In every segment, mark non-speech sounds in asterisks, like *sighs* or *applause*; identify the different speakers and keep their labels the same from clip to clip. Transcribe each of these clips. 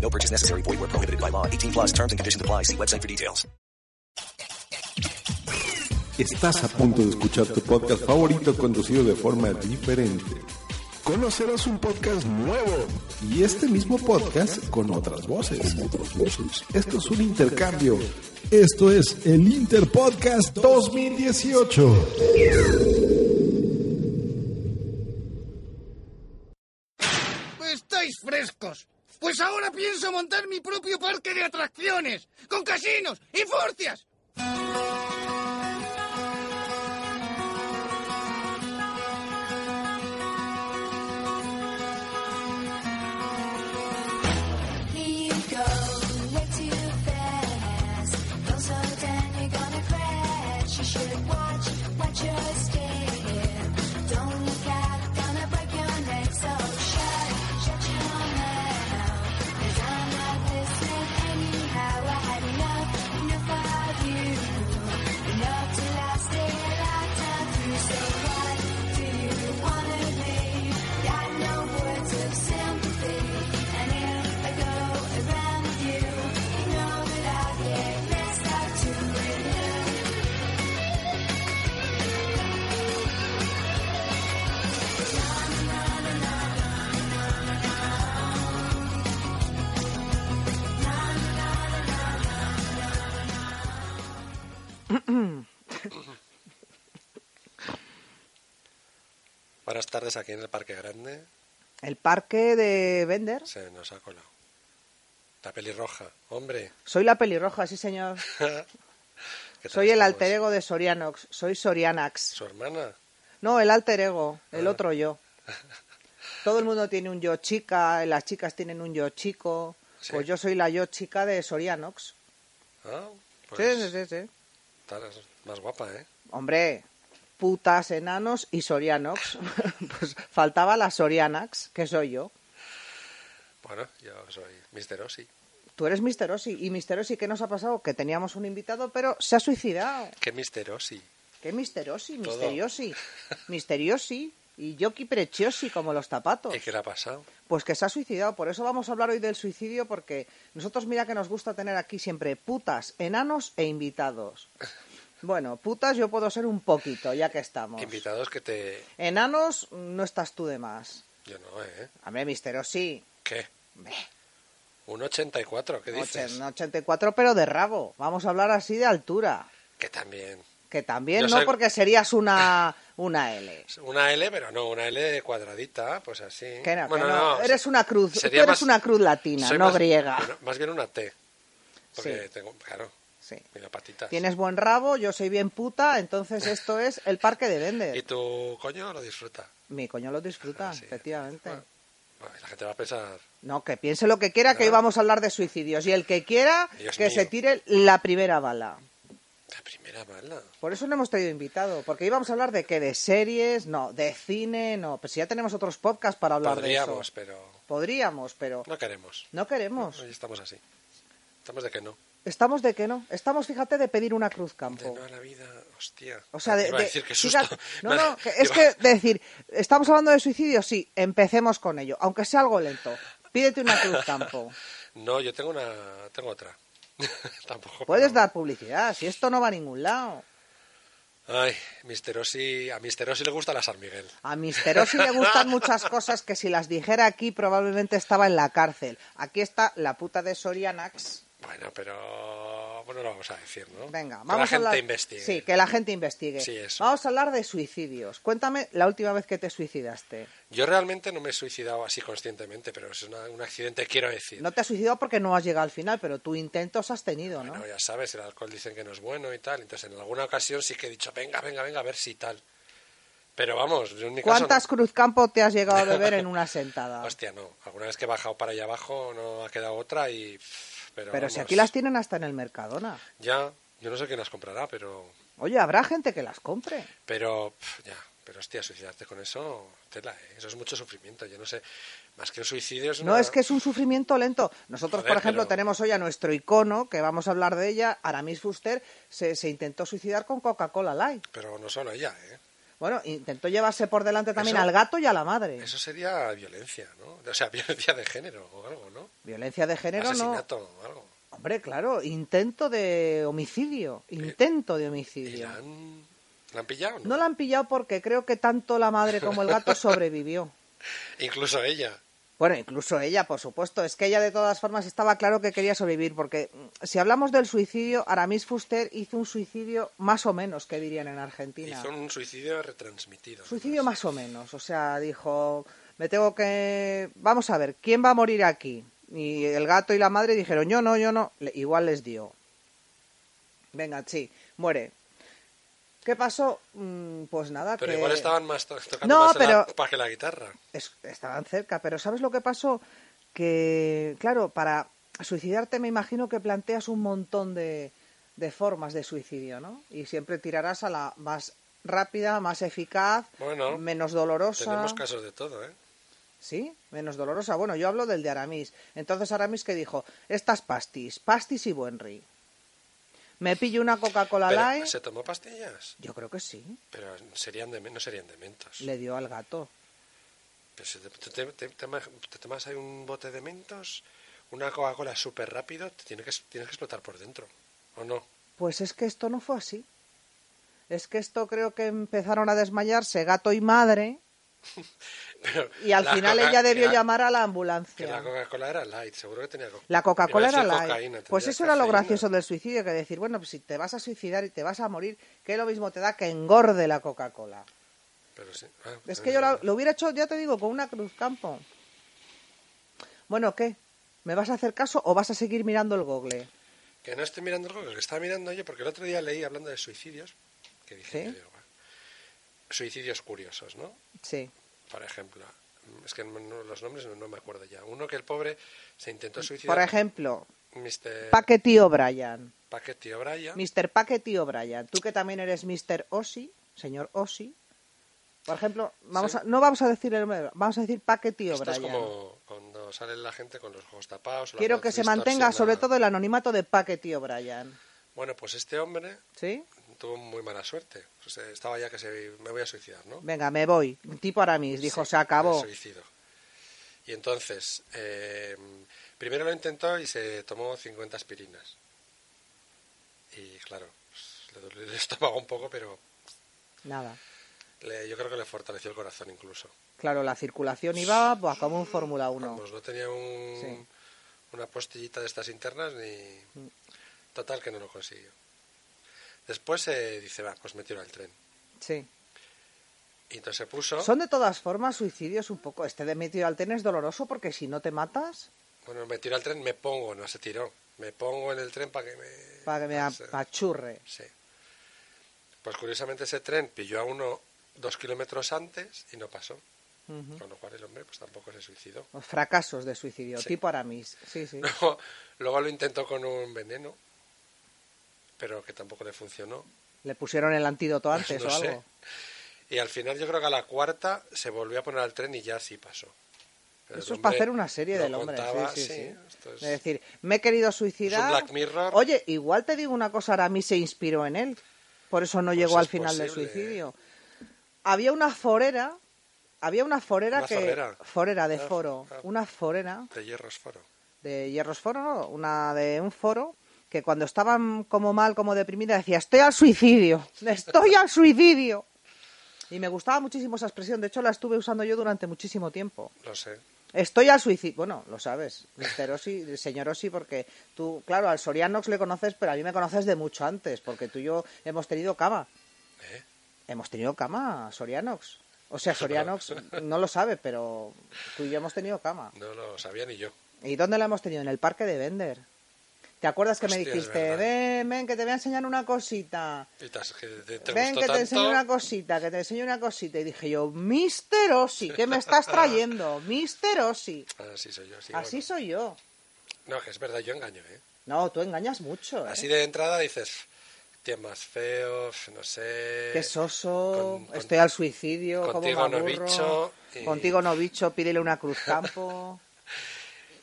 Speaker 1: No purchase necessary. Void where prohibited by law. 18 plus terms and conditions apply. See website for details.
Speaker 2: Estás a punto de escuchar tu podcast favorito conducido de forma diferente. Conocerás un podcast nuevo y este mismo podcast con otras voces. Esto es un intercambio. Esto es el Interpodcast 2018.
Speaker 3: Estáis frescos. Pues ahora pienso montar mi propio parque de atracciones, con casinos y furcias.
Speaker 4: Here you go, way too fast. Go slow down, you're gonna crash. You should watch, watch your step. Don't look out, gonna break your neck. So shut, shut your mouth. 'Cause I'm not listening anyhow. I had enough, enough of you. Enough to last a lifetime through. So what do you wanna be? Got no words of sympathy. And if I go around with you, you know that I'll get messed up too. And you
Speaker 5: Buenas tardes aquí en el Parque Grande.
Speaker 6: El parque de Bender.
Speaker 5: Se nos ha colado. La pelirroja. Hombre.
Speaker 6: Soy la pelirroja,
Speaker 5: *laughs*
Speaker 6: sí señor.
Speaker 5: ¿qué tal
Speaker 6: Soy el
Speaker 5: estamos?
Speaker 6: alter ego de Sorianox. Soy Sorianax.
Speaker 5: Su hermana.
Speaker 6: No, el alter ego, el
Speaker 5: Ah.
Speaker 6: otro yo. Todo el mundo tiene un yo chica, las chicas tienen un yo chico.
Speaker 5: Sí.
Speaker 6: Pues yo soy la yo chica de Sorianox.
Speaker 5: Ah, pues
Speaker 6: Sí, sí, sí, sí.
Speaker 5: estás más guapa, ¿eh?
Speaker 6: Hombre, putas, enanos y Sorianox. *laughs* pues faltaba la Sorianax, que soy yo.
Speaker 5: Bueno, yo soy Mr. Ossi.
Speaker 6: Tú eres Mr. Ossi. ¿Y Mr. Ossi qué nos ha pasado? Que teníamos un invitado, pero se ha suicidado.
Speaker 5: ¿Qué Mr. Ossi?
Speaker 6: ¿Qué misteriosi,
Speaker 5: Todo.
Speaker 6: misteriosi? Misteriosi y Yoki Preciosi, como los zapatos.
Speaker 5: ¿Y qué le ha pasado?
Speaker 6: Pues que se ha suicidado. Por eso vamos a hablar hoy del suicidio, porque nosotros mira que nos gusta tener aquí siempre putas, enanos e invitados. Bueno, putas yo puedo ser un poquito, ya que estamos.
Speaker 5: Invitados que te...
Speaker 6: Enanos no estás tú de más.
Speaker 5: Yo no, ¿eh?
Speaker 6: Hombre, misteriosi.
Speaker 5: ¿Qué?
Speaker 6: Hombre,
Speaker 5: Un 84, ¿qué dices?
Speaker 6: ochen- 84, pero de rabo. Vamos a hablar así de altura.
Speaker 5: Que también.
Speaker 6: Que también
Speaker 5: Yo
Speaker 6: no,
Speaker 5: soy-
Speaker 6: porque serías una, una L.
Speaker 5: Una L, pero no, una L cuadradita, pues así.
Speaker 6: Que no, que
Speaker 5: Bueno,
Speaker 6: no.
Speaker 5: no,
Speaker 6: Eres una cruz. Tú
Speaker 5: sería
Speaker 6: eres
Speaker 5: más-
Speaker 6: una cruz latina,
Speaker 5: soy
Speaker 6: no
Speaker 5: más-
Speaker 6: griega.
Speaker 5: bueno, más bien una T. Porque
Speaker 6: Sí.
Speaker 5: tengo, claro,
Speaker 6: Sí.
Speaker 5: mira patitas.
Speaker 6: Tienes buen rabo, yo soy bien puta, entonces esto es el parque de
Speaker 5: Y
Speaker 6: Bender.
Speaker 5: tu coño lo disfruta.
Speaker 6: Mi coño lo disfruta,
Speaker 5: Ah, sí.
Speaker 6: efectivamente.
Speaker 5: Bueno, bueno, la gente va a pensar,
Speaker 6: No, que piense lo que quiera, que hoy
Speaker 5: Claro.
Speaker 6: vamos a hablar de suicidios. Y el que quiera,
Speaker 5: Dios
Speaker 6: que
Speaker 5: mío.
Speaker 6: se tire la primera bala.
Speaker 5: la primera bala.
Speaker 6: Por eso no hemos traído invitado, porque íbamos a hablar de qué, de series, no, de cine, no. Pues si ya tenemos otros podcasts para hablar de
Speaker 5: Podríamos,
Speaker 6: eso.
Speaker 5: pero
Speaker 6: Podríamos, pero
Speaker 5: no queremos.
Speaker 6: no queremos.
Speaker 5: Hoy estamos así. Estamos de que no.
Speaker 6: Estamos de que no. Estamos, fíjate, de pedir una cruz campo.
Speaker 5: De no a la vida, hostia.
Speaker 6: O sea, de,
Speaker 5: Iba a
Speaker 6: de-
Speaker 5: decir que
Speaker 6: siga-
Speaker 5: susto. *laughs*
Speaker 6: no,
Speaker 5: Nada,
Speaker 6: no, que es
Speaker 5: iba-
Speaker 6: que de decir, estamos hablando de suicidio, sí, empecemos con ello, aunque sea algo lento. Pídete una cruz
Speaker 5: *laughs*
Speaker 6: campo.
Speaker 5: No, yo tengo una, tengo otra. *laughs* Tampoco.
Speaker 6: Puedes
Speaker 5: pero-
Speaker 6: dar publicidad, si esto no va a ningún lado.
Speaker 5: Ay, Mr. Ossi- a Mr. Ossi le gusta la San Miguel.
Speaker 6: A Mister Ossi le
Speaker 5: *laughs*
Speaker 6: gustan muchas cosas que si las dijera aquí probablemente estaba en la cárcel. Aquí está la puta de Sorianax.
Speaker 5: Bueno, pero bueno, no lo vamos a decir, ¿no?
Speaker 6: Venga,
Speaker 5: Que
Speaker 6: vamos
Speaker 5: la
Speaker 6: a
Speaker 5: gente
Speaker 6: hablar-
Speaker 5: investigue.
Speaker 6: Sí, que la gente investigue.
Speaker 5: Sí, eso.
Speaker 6: Vamos a hablar de suicidios. Cuéntame la última vez que te suicidaste.
Speaker 5: Yo realmente no me he suicidado así conscientemente, pero es una- un accidente, quiero decir.
Speaker 6: No te has suicidado porque no has llegado al final, pero tú intentos has tenido, ¿no?
Speaker 5: Bueno, ya sabes, el alcohol dicen que no es bueno y tal. Entonces, en alguna ocasión sí que he dicho, venga, venga, venga, a ver si tal. Pero vamos, yo en mi caso no.
Speaker 6: ¿Cuántas Cruzcampo te has
Speaker 5: *laughs*
Speaker 6: llegado a beber en una sentada?
Speaker 5: Hostia, no. Alguna vez que he bajado para allá abajo no ha quedado otra y... pff, Pero,
Speaker 6: Pero, si
Speaker 5: vamos,
Speaker 6: aquí las tienen hasta en el Mercadona.
Speaker 5: Ya, yo no sé quién las comprará, pero...
Speaker 6: Oye, habrá gente que las compre.
Speaker 5: Pero, pff, ya, pero hostia, suicidarte con eso, tela, ¿eh? Eso es mucho sufrimiento, yo no sé. Más que un suicidio es
Speaker 6: No,
Speaker 5: una-
Speaker 6: es que es un sufrimiento lento. Nosotros,
Speaker 5: Joder,
Speaker 6: por ejemplo,
Speaker 5: pero-
Speaker 6: tenemos hoy a nuestro icono, que vamos a hablar de ella, Aramis Fuster, se, se intentó suicidar con Coca-Cola Light.
Speaker 5: Pero no solo ella, ¿eh?
Speaker 6: Bueno, intentó llevarse por delante también
Speaker 5: Eso-
Speaker 6: al gato y a la madre.
Speaker 5: Eso sería violencia, ¿no? O sea, *laughs* violencia de género o algo, ¿no?
Speaker 6: Violencia de género no.
Speaker 5: Asesinato o algo.
Speaker 6: Hombre, claro, intento de homicidio.
Speaker 5: Eh,
Speaker 6: Intento de homicidio.
Speaker 5: ¿La han pillado? o no?
Speaker 6: No la han pillado porque creo que tanto la madre como
Speaker 5: *laughs*
Speaker 6: el gato sobrevivió.
Speaker 5: Incluso ella.
Speaker 6: Bueno, incluso ella, por supuesto. Es que ella, de todas formas, estaba claro que quería sobrevivir, porque mm, si hablamos del suicidio, Aramis Fuster hizo un suicidio más o menos, que dirían en Argentina.
Speaker 5: Hizo un suicidio retransmitido.
Speaker 6: Suicidio más o menos. O sea, dijo, me tengo que... Vamos a ver, ¿quién va a morir aquí? Y el gato y la madre dijeron, yo no, yo no. Le- igual les dio. Venga, sí, muere. ¿Qué pasó? Mm, Pues nada,
Speaker 5: Pero
Speaker 6: que...
Speaker 5: igual estaban más to- tocando
Speaker 6: No,
Speaker 5: más la
Speaker 6: pero-
Speaker 5: pa' que la guitarra.
Speaker 6: Es- estaban cerca, pero ¿sabes lo que pasó? Que, claro, para suicidarte me imagino que planteas un montón de, de formas de suicidio, ¿no? Y siempre tirarás a la más rápida, más eficaz,
Speaker 5: Bueno,
Speaker 6: menos dolorosa.
Speaker 5: Tenemos casos de todo, ¿eh?
Speaker 6: Sí, menos dolorosa. Bueno, yo hablo del de Aramis. Entonces Aramis que dijo, estas pastis, pastis y Buenry. Me pillo una Coca-Cola
Speaker 5: Pero,
Speaker 6: Light.
Speaker 5: ¿Se tomó pastillas?
Speaker 6: Yo creo que sí.
Speaker 5: Pero serían de, no serían dementos.
Speaker 6: Le dio al gato.
Speaker 5: Pero si te, te- te- te tomas- te tomas ahí un bote de mentos, una Coca-Cola súper rápido, te tiene que, tienes que explotar por dentro. ¿O no? *laughs*
Speaker 6: Pues es que esto no fue así. Es que esto creo que empezaron a desmayarse gato y madre
Speaker 5: Pero
Speaker 6: y al
Speaker 5: la
Speaker 6: final
Speaker 5: Coca-
Speaker 6: ella debió
Speaker 5: que la-
Speaker 6: llamar a la
Speaker 5: Que la
Speaker 6: ambulancia.
Speaker 5: Coca-Cola era light, seguro que tenía co-
Speaker 6: La Coca-Cola
Speaker 5: Iba a
Speaker 6: era
Speaker 5: decir
Speaker 6: light.
Speaker 5: cocaína,
Speaker 6: pues
Speaker 5: tendría
Speaker 6: eso era lo
Speaker 5: cafeína.
Speaker 6: gracioso del suicidio, que decir, bueno, pues si te vas a suicidar y te vas a morir, que lo mismo te da que engorde la Coca-Cola.
Speaker 5: Pero sí, ah,
Speaker 6: Es
Speaker 5: eh,
Speaker 6: que yo la- lo hubiera hecho, ya te digo, con una cruz campo. Bueno, ¿qué? ¿Me vas a hacer caso o vas a seguir mirando el google?
Speaker 5: Que no estoy mirando el Google, que estaba mirando yo, porque el otro día leí hablando de suicidios, que dije,
Speaker 6: ¿Sí?
Speaker 5: yo digo, bueno, suicidios curiosos, ¿no?
Speaker 6: Sí.
Speaker 5: Por ejemplo, es que no- no- los nombres no, no me acuerdo ya. Uno que el pobre se intentó suicidar.
Speaker 6: Por ejemplo,
Speaker 5: Mr.
Speaker 6: Paquetty O'Brien.
Speaker 5: Paquetty O'Brien.
Speaker 6: Mr. Paquetty O'Brien, tú que también eres Mr. Ossi, señor Ossi. Por ejemplo, vamos
Speaker 5: Sí.
Speaker 6: a- no vamos a decir el número, vamos a decir Paquetty
Speaker 5: Esto es
Speaker 6: O'Brien.
Speaker 5: como cuando sale la gente con los ojos tapados. la
Speaker 6: Quiero
Speaker 5: voz
Speaker 6: que se mantenga
Speaker 5: distorsionada.
Speaker 6: sobre todo el anonimato de Paquetty O'Brien.
Speaker 5: Bueno, pues este hombre
Speaker 6: ¿Sí?
Speaker 5: tuvo muy mala suerte. O sea, estaba ya que se, me voy a suicidar, ¿no?
Speaker 6: Venga, me voy. Tipo Aramis, dijo,
Speaker 5: Sí,
Speaker 6: se acabó.
Speaker 5: el suicidio. Y entonces, eh, primero lo intentó y se tomó 50 aspirinas. Y claro, pues, le dolió el *laughs* estómago un poco, pero
Speaker 6: Nada.
Speaker 5: le- yo creo que le fortaleció el corazón incluso.
Speaker 6: Claro, la circulación iba buah, como un Fórmula 1.
Speaker 5: Vamos, no tenía un- una postillita de estas internas ni...
Speaker 6: Mm.
Speaker 5: Total que no lo consiguió. Después eh, dice, va, pues me tiro al tren.
Speaker 6: Sí.
Speaker 5: Y entonces se puso...
Speaker 6: Son de todas formas suicidios un poco. Este de metido al tren es doloroso porque si no te matas,
Speaker 5: Bueno, me tiro al tren, me pongo, no se tiró. Me pongo en el tren para que me...
Speaker 6: para que me
Speaker 5: Ah,
Speaker 6: apachurre.
Speaker 5: Sí. Pues curiosamente ese tren pilló a uno dos kilómetros antes y no pasó.
Speaker 6: Ujú.
Speaker 5: Con lo cual el hombre pues tampoco se suicidó. *laughs*
Speaker 6: Los fracasos de suicidio,
Speaker 5: Sí.
Speaker 6: tipo Aramis. Sí, sí.
Speaker 5: Luego, luego lo intentó con un veneno, pero que tampoco le funcionó.
Speaker 6: ¿Le pusieron el antídoto antes
Speaker 5: No
Speaker 6: o
Speaker 5: sé.
Speaker 6: algo?
Speaker 5: Y al final yo creo que a la cuarta se volvió a poner al tren y ya sí pasó. Pero el
Speaker 6: Eso es
Speaker 5: hombre
Speaker 6: para hacer una serie
Speaker 5: lo
Speaker 6: del hombre. sí,
Speaker 5: contaba,
Speaker 6: sí, sí.
Speaker 5: esto es-
Speaker 6: Es decir, me he querido suicidar.
Speaker 5: Black Mirror.
Speaker 6: Oye, igual te digo una cosa, Aramis se inspiró en él. Por eso no llegó
Speaker 5: Pues es
Speaker 6: al final del
Speaker 5: posible,
Speaker 6: suicidio. Había una forera. Había una forera
Speaker 5: Una
Speaker 6: que.
Speaker 5: zorrera.
Speaker 6: Forera de
Speaker 5: Ah,
Speaker 6: foro.
Speaker 5: ah.
Speaker 6: Una forera
Speaker 5: de hierros foro.
Speaker 6: de hierros foro, ¿no? Una de un foro que cuando estaban como mal, como deprimida, decía, estoy al suicidio, estoy al suicidio. Y me gustaba muchísimo esa expresión, de hecho la estuve usando yo durante muchísimo tiempo.
Speaker 5: Lo sé.
Speaker 6: Estoy al suicidio. Bueno, lo sabes, Mr. Ossi, señor Ossi, porque tú, claro, al Sorianox le conoces, pero a mí me conoces de mucho antes, porque tú y yo hemos tenido cama.
Speaker 5: ¿Eh?
Speaker 6: Hemos tenido cama, Sorianox.
Speaker 5: *laughs*
Speaker 6: O sea, Sorianox no lo sabe, pero tú y yo hemos tenido cama.
Speaker 5: No lo sabía ni yo.
Speaker 6: ¿Y dónde la hemos tenido? En el parque de Bender. ¿Te acuerdas que me
Speaker 5: Hostia, es
Speaker 6: dijiste,
Speaker 5: verdad.
Speaker 6: ven, ven, que te voy a enseñar una cosita?
Speaker 5: Y te, has- que te- te
Speaker 6: Ven,
Speaker 5: gustó
Speaker 6: que te enseño
Speaker 5: tanto.
Speaker 6: una cosita, que te enseño una cosita. Y dije yo, Mister Ossi, ¿qué me estás trayendo? Mister Ossi.
Speaker 5: Ah, sí, soy yo. sí,
Speaker 6: Así
Speaker 5: bueno.
Speaker 6: soy yo.
Speaker 5: No, que es verdad, yo engaño, ¿eh?
Speaker 6: No, tú engañas mucho. ¿eh?
Speaker 5: Así de entrada dices, tío más feo, no sé.
Speaker 6: Qué soso,
Speaker 5: con- con-
Speaker 6: estoy al suicidio, como me
Speaker 5: contigo no
Speaker 6: aburro.
Speaker 5: bicho y-
Speaker 6: Contigo no bicho, pídele una cruz
Speaker 5: *laughs*
Speaker 6: campo.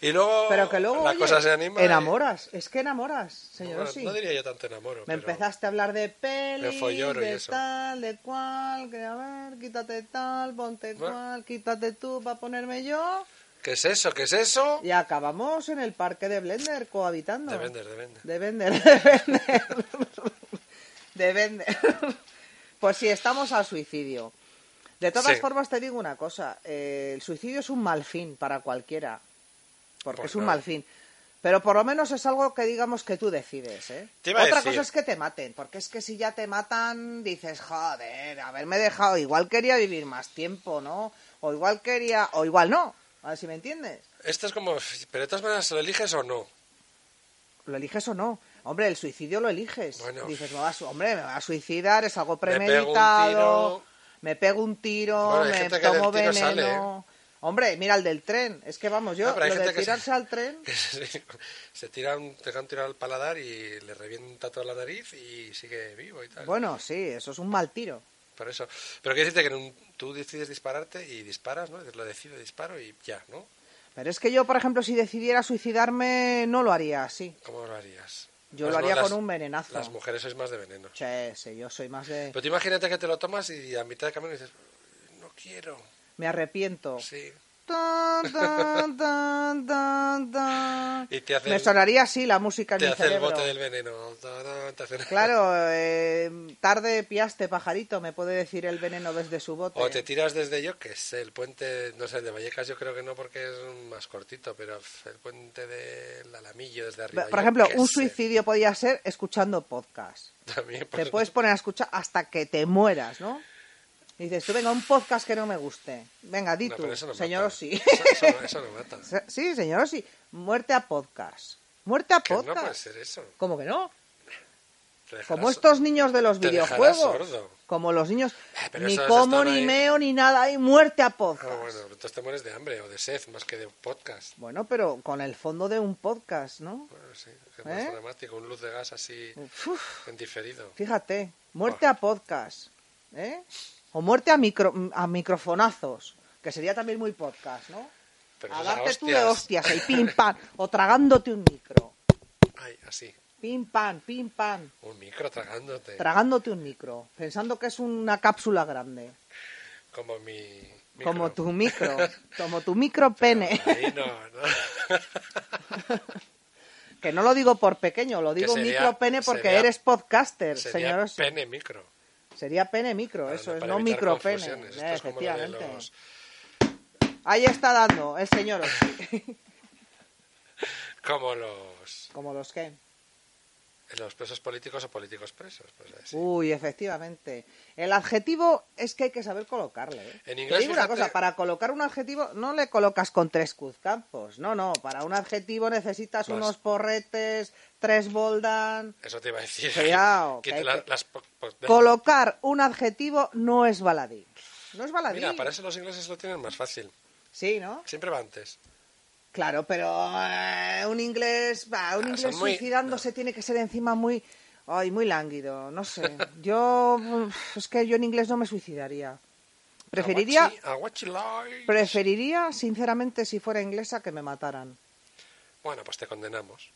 Speaker 5: Y luego,
Speaker 6: Pero que luego,
Speaker 5: la
Speaker 6: oye,
Speaker 5: cosa se anima. y-
Speaker 6: enamoras, es que enamoras, señor
Speaker 5: Bueno,
Speaker 6: Ossi.
Speaker 5: No diría yo tanto enamoro.
Speaker 6: Me
Speaker 5: pero
Speaker 6: empezaste a hablar de
Speaker 5: Me
Speaker 6: pelis,
Speaker 5: folloro y
Speaker 6: de
Speaker 5: eso.
Speaker 6: tal, de cual, que a ver, quítate tal, ponte cual, quítate tú para ponerme yo.
Speaker 5: ¿Qué es eso? ¿Qué es eso?
Speaker 6: Y acabamos en el parque de Blender cohabitando.
Speaker 5: De vender, de vender.
Speaker 6: De Bender, de Bender. De Bender. Pues sí, estamos al suicidio. De todas
Speaker 5: Sí.
Speaker 6: formas, te digo una cosa. eh, el suicidio es un mal fin para cualquiera. Porque
Speaker 5: Pues
Speaker 6: es un
Speaker 5: no.
Speaker 6: mal fin. Pero por lo menos es algo que digamos que tú decides, ¿eh?
Speaker 5: Te iba a
Speaker 6: Otra
Speaker 5: decir.
Speaker 6: cosa es que te maten, porque es que si ya te matan, dices, joder, haberme dejado, igual quería vivir más tiempo, ¿no? O igual quería, o igual no, a ver si me entiendes.
Speaker 5: Esto es como, pero de todas maneras, ¿lo eliges o no? *laughs*
Speaker 6: ¿Lo eliges o no? Hombre, el suicidio lo eliges.
Speaker 5: Bueno.
Speaker 6: Dices, me va a su- hombre, me va a suicidar, es algo
Speaker 5: pego un
Speaker 6: premeditado,
Speaker 5: tiro.
Speaker 6: me pego un tiro,
Speaker 5: Bueno, hay
Speaker 6: me
Speaker 5: gente que del tiro
Speaker 6: tomo veneno.
Speaker 5: sale, ¿eh?
Speaker 6: Hombre, mira el del tren, es que vamos, yo,
Speaker 5: No, pero hay
Speaker 6: lo de
Speaker 5: gente que se-
Speaker 6: tirarse al tren,
Speaker 5: Que se, se tira un, te dejan tirar al paladar y le revienta toda la nariz y sigue vivo y tal.
Speaker 6: bueno, sí, eso es un mal tiro.
Speaker 5: Por eso. Pero quiero decirte que en un- tú decides dispararte y disparas, ¿no? Dices, Lo decido, disparo y ya, ¿no?
Speaker 6: Pero es que yo, por ejemplo, si decidiera suicidarme, no lo haría así.
Speaker 5: ¿Cómo lo harías?
Speaker 6: Yo
Speaker 5: Las
Speaker 6: lo haría
Speaker 5: mu-
Speaker 6: con
Speaker 5: las-
Speaker 6: un venenazo.
Speaker 5: Las mujeres sois más de veneno.
Speaker 6: Che, sí, yo soy más de...
Speaker 5: Pero tú imagínate que te lo tomas y a mitad de camino dices, no quiero.
Speaker 6: Me arrepiento.
Speaker 5: Sí.
Speaker 6: *laughs* Tan, tan, tan, tan, tan.
Speaker 5: *laughs* Y te hace
Speaker 6: Me
Speaker 5: el-
Speaker 6: sonaría así la música en
Speaker 5: Te
Speaker 6: mi
Speaker 5: hace el
Speaker 6: cerebro.
Speaker 5: bote del veneno. Ta- ta- te hace-
Speaker 6: Claro, eh, tarde piaste pajarito, me puede decir el veneno desde su bote.
Speaker 5: O te tiras desde yo, que sé, el puente, no sé, el de Vallecas yo creo que no porque es más cortito, pero f- el puente del Alamillo desde arriba.
Speaker 6: Por
Speaker 5: yo
Speaker 6: ejemplo,
Speaker 5: qué
Speaker 6: un
Speaker 5: sé.
Speaker 6: podía podía ser escuchando podcast.
Speaker 5: *laughs* También, por-
Speaker 6: Te puedes poner a escuchar hasta que te mueras, ¿no? Y dices, tú venga, un podcast que no me guste. Venga, di
Speaker 5: No,
Speaker 6: tú,
Speaker 5: pero eso no
Speaker 6: señor
Speaker 5: mata.
Speaker 6: Ossi.
Speaker 5: *laughs* Eso, eso no, eso no mata.
Speaker 6: *laughs* sí, señor Ossi, muerte a podcast. Muerte a
Speaker 5: Que no
Speaker 6: podcast.
Speaker 5: puede ser eso.
Speaker 6: ¿Cómo que no?
Speaker 5: Te dejará
Speaker 6: Como
Speaker 5: so-
Speaker 6: estos niños de los
Speaker 5: te dejará
Speaker 6: videojuegos.
Speaker 5: sordo.
Speaker 6: Como los niños.
Speaker 5: Ah, pero
Speaker 6: Ni
Speaker 5: esos
Speaker 6: como,
Speaker 5: están
Speaker 6: ni
Speaker 5: ahí.
Speaker 6: meo, ni nada. Hay muerte a podcast.
Speaker 5: Ah, bueno, entonces te mueres de hambre o de sed más que de un podcast.
Speaker 6: Bueno, pero con el fondo de un podcast, ¿no?
Speaker 5: Bueno, sí, que es más
Speaker 6: ¿Eh?
Speaker 5: dramático, un luz de gas así
Speaker 6: Uf,
Speaker 5: en diferido.
Speaker 6: fíjate, muerte a podcast, ¿eh? O muerte a, micro, a microfonazos, que sería también muy podcast, ¿no?
Speaker 5: Pero
Speaker 6: a
Speaker 5: eso es a
Speaker 6: darte tú de
Speaker 5: Pues hostias.
Speaker 6: hostias, el
Speaker 5: *laughs*
Speaker 6: pim pam, o tragándote un micro,
Speaker 5: Ay, así,
Speaker 6: pim pam, pim pam,
Speaker 5: un micro tragándote.
Speaker 6: tragándote un micro, pensando que es una cápsula grande,
Speaker 5: como mi. micro.
Speaker 6: como tu
Speaker 5: *laughs*
Speaker 6: micro, como tu micro pene,
Speaker 5: Ahí no,
Speaker 6: *laughs*
Speaker 5: no.
Speaker 6: que no lo digo por pequeño, lo
Speaker 5: Que
Speaker 6: digo
Speaker 5: sería-
Speaker 6: micro pene porque
Speaker 5: sería-
Speaker 6: eres podcaster,
Speaker 5: Sería
Speaker 6: señor. Ossi.
Speaker 5: pene micro.
Speaker 6: Sería pene micro,
Speaker 5: Para-
Speaker 6: eso es,
Speaker 5: para
Speaker 6: no
Speaker 5: evitar
Speaker 6: micro pene.
Speaker 5: confusiones. Esto
Speaker 6: eh,
Speaker 5: es como lo de
Speaker 6: efectivamente.
Speaker 5: los-
Speaker 6: Ahí está dando el señor Ossi.
Speaker 5: Como los,
Speaker 6: *laughs* Como los que.
Speaker 5: los presos políticos o políticos presos. pues así.
Speaker 6: Uy, efectivamente. El adjetivo es que hay que saber colocarle. ¿eh?
Speaker 5: En
Speaker 6: Te
Speaker 5: inglés,
Speaker 6: digo una
Speaker 5: fíjate-
Speaker 6: cosa, para colocar un adjetivo no le colocas con tres cruzcampos. No, no, para un adjetivo necesitas
Speaker 5: Más.
Speaker 6: unos porretes, tres boldan.
Speaker 5: Eso te iba a decir. *laughs*
Speaker 6: Uh. Cuidado, que
Speaker 5: Quita
Speaker 6: hay
Speaker 5: la-
Speaker 6: que-
Speaker 5: las po- po-
Speaker 6: Colocar un adjetivo no es baladí. No es baladí.
Speaker 5: Mira, para eso los ingleses lo tienen más fácil.
Speaker 6: Sí, ¿no?
Speaker 5: Siempre va antes.
Speaker 6: Claro, pero eh, un inglés, bah, un
Speaker 5: Ah,
Speaker 6: inglés
Speaker 5: son muy-
Speaker 6: suicidándose tiene que ser encima muy, ay, muy lánguido, no sé. Yo uf, es que yo en inglés no me suicidaría. Preferiría,
Speaker 5: Aguachi- aguachilai.
Speaker 6: preferiría sinceramente si fuera inglesa que me mataran.
Speaker 5: Bueno, pues te condenamos.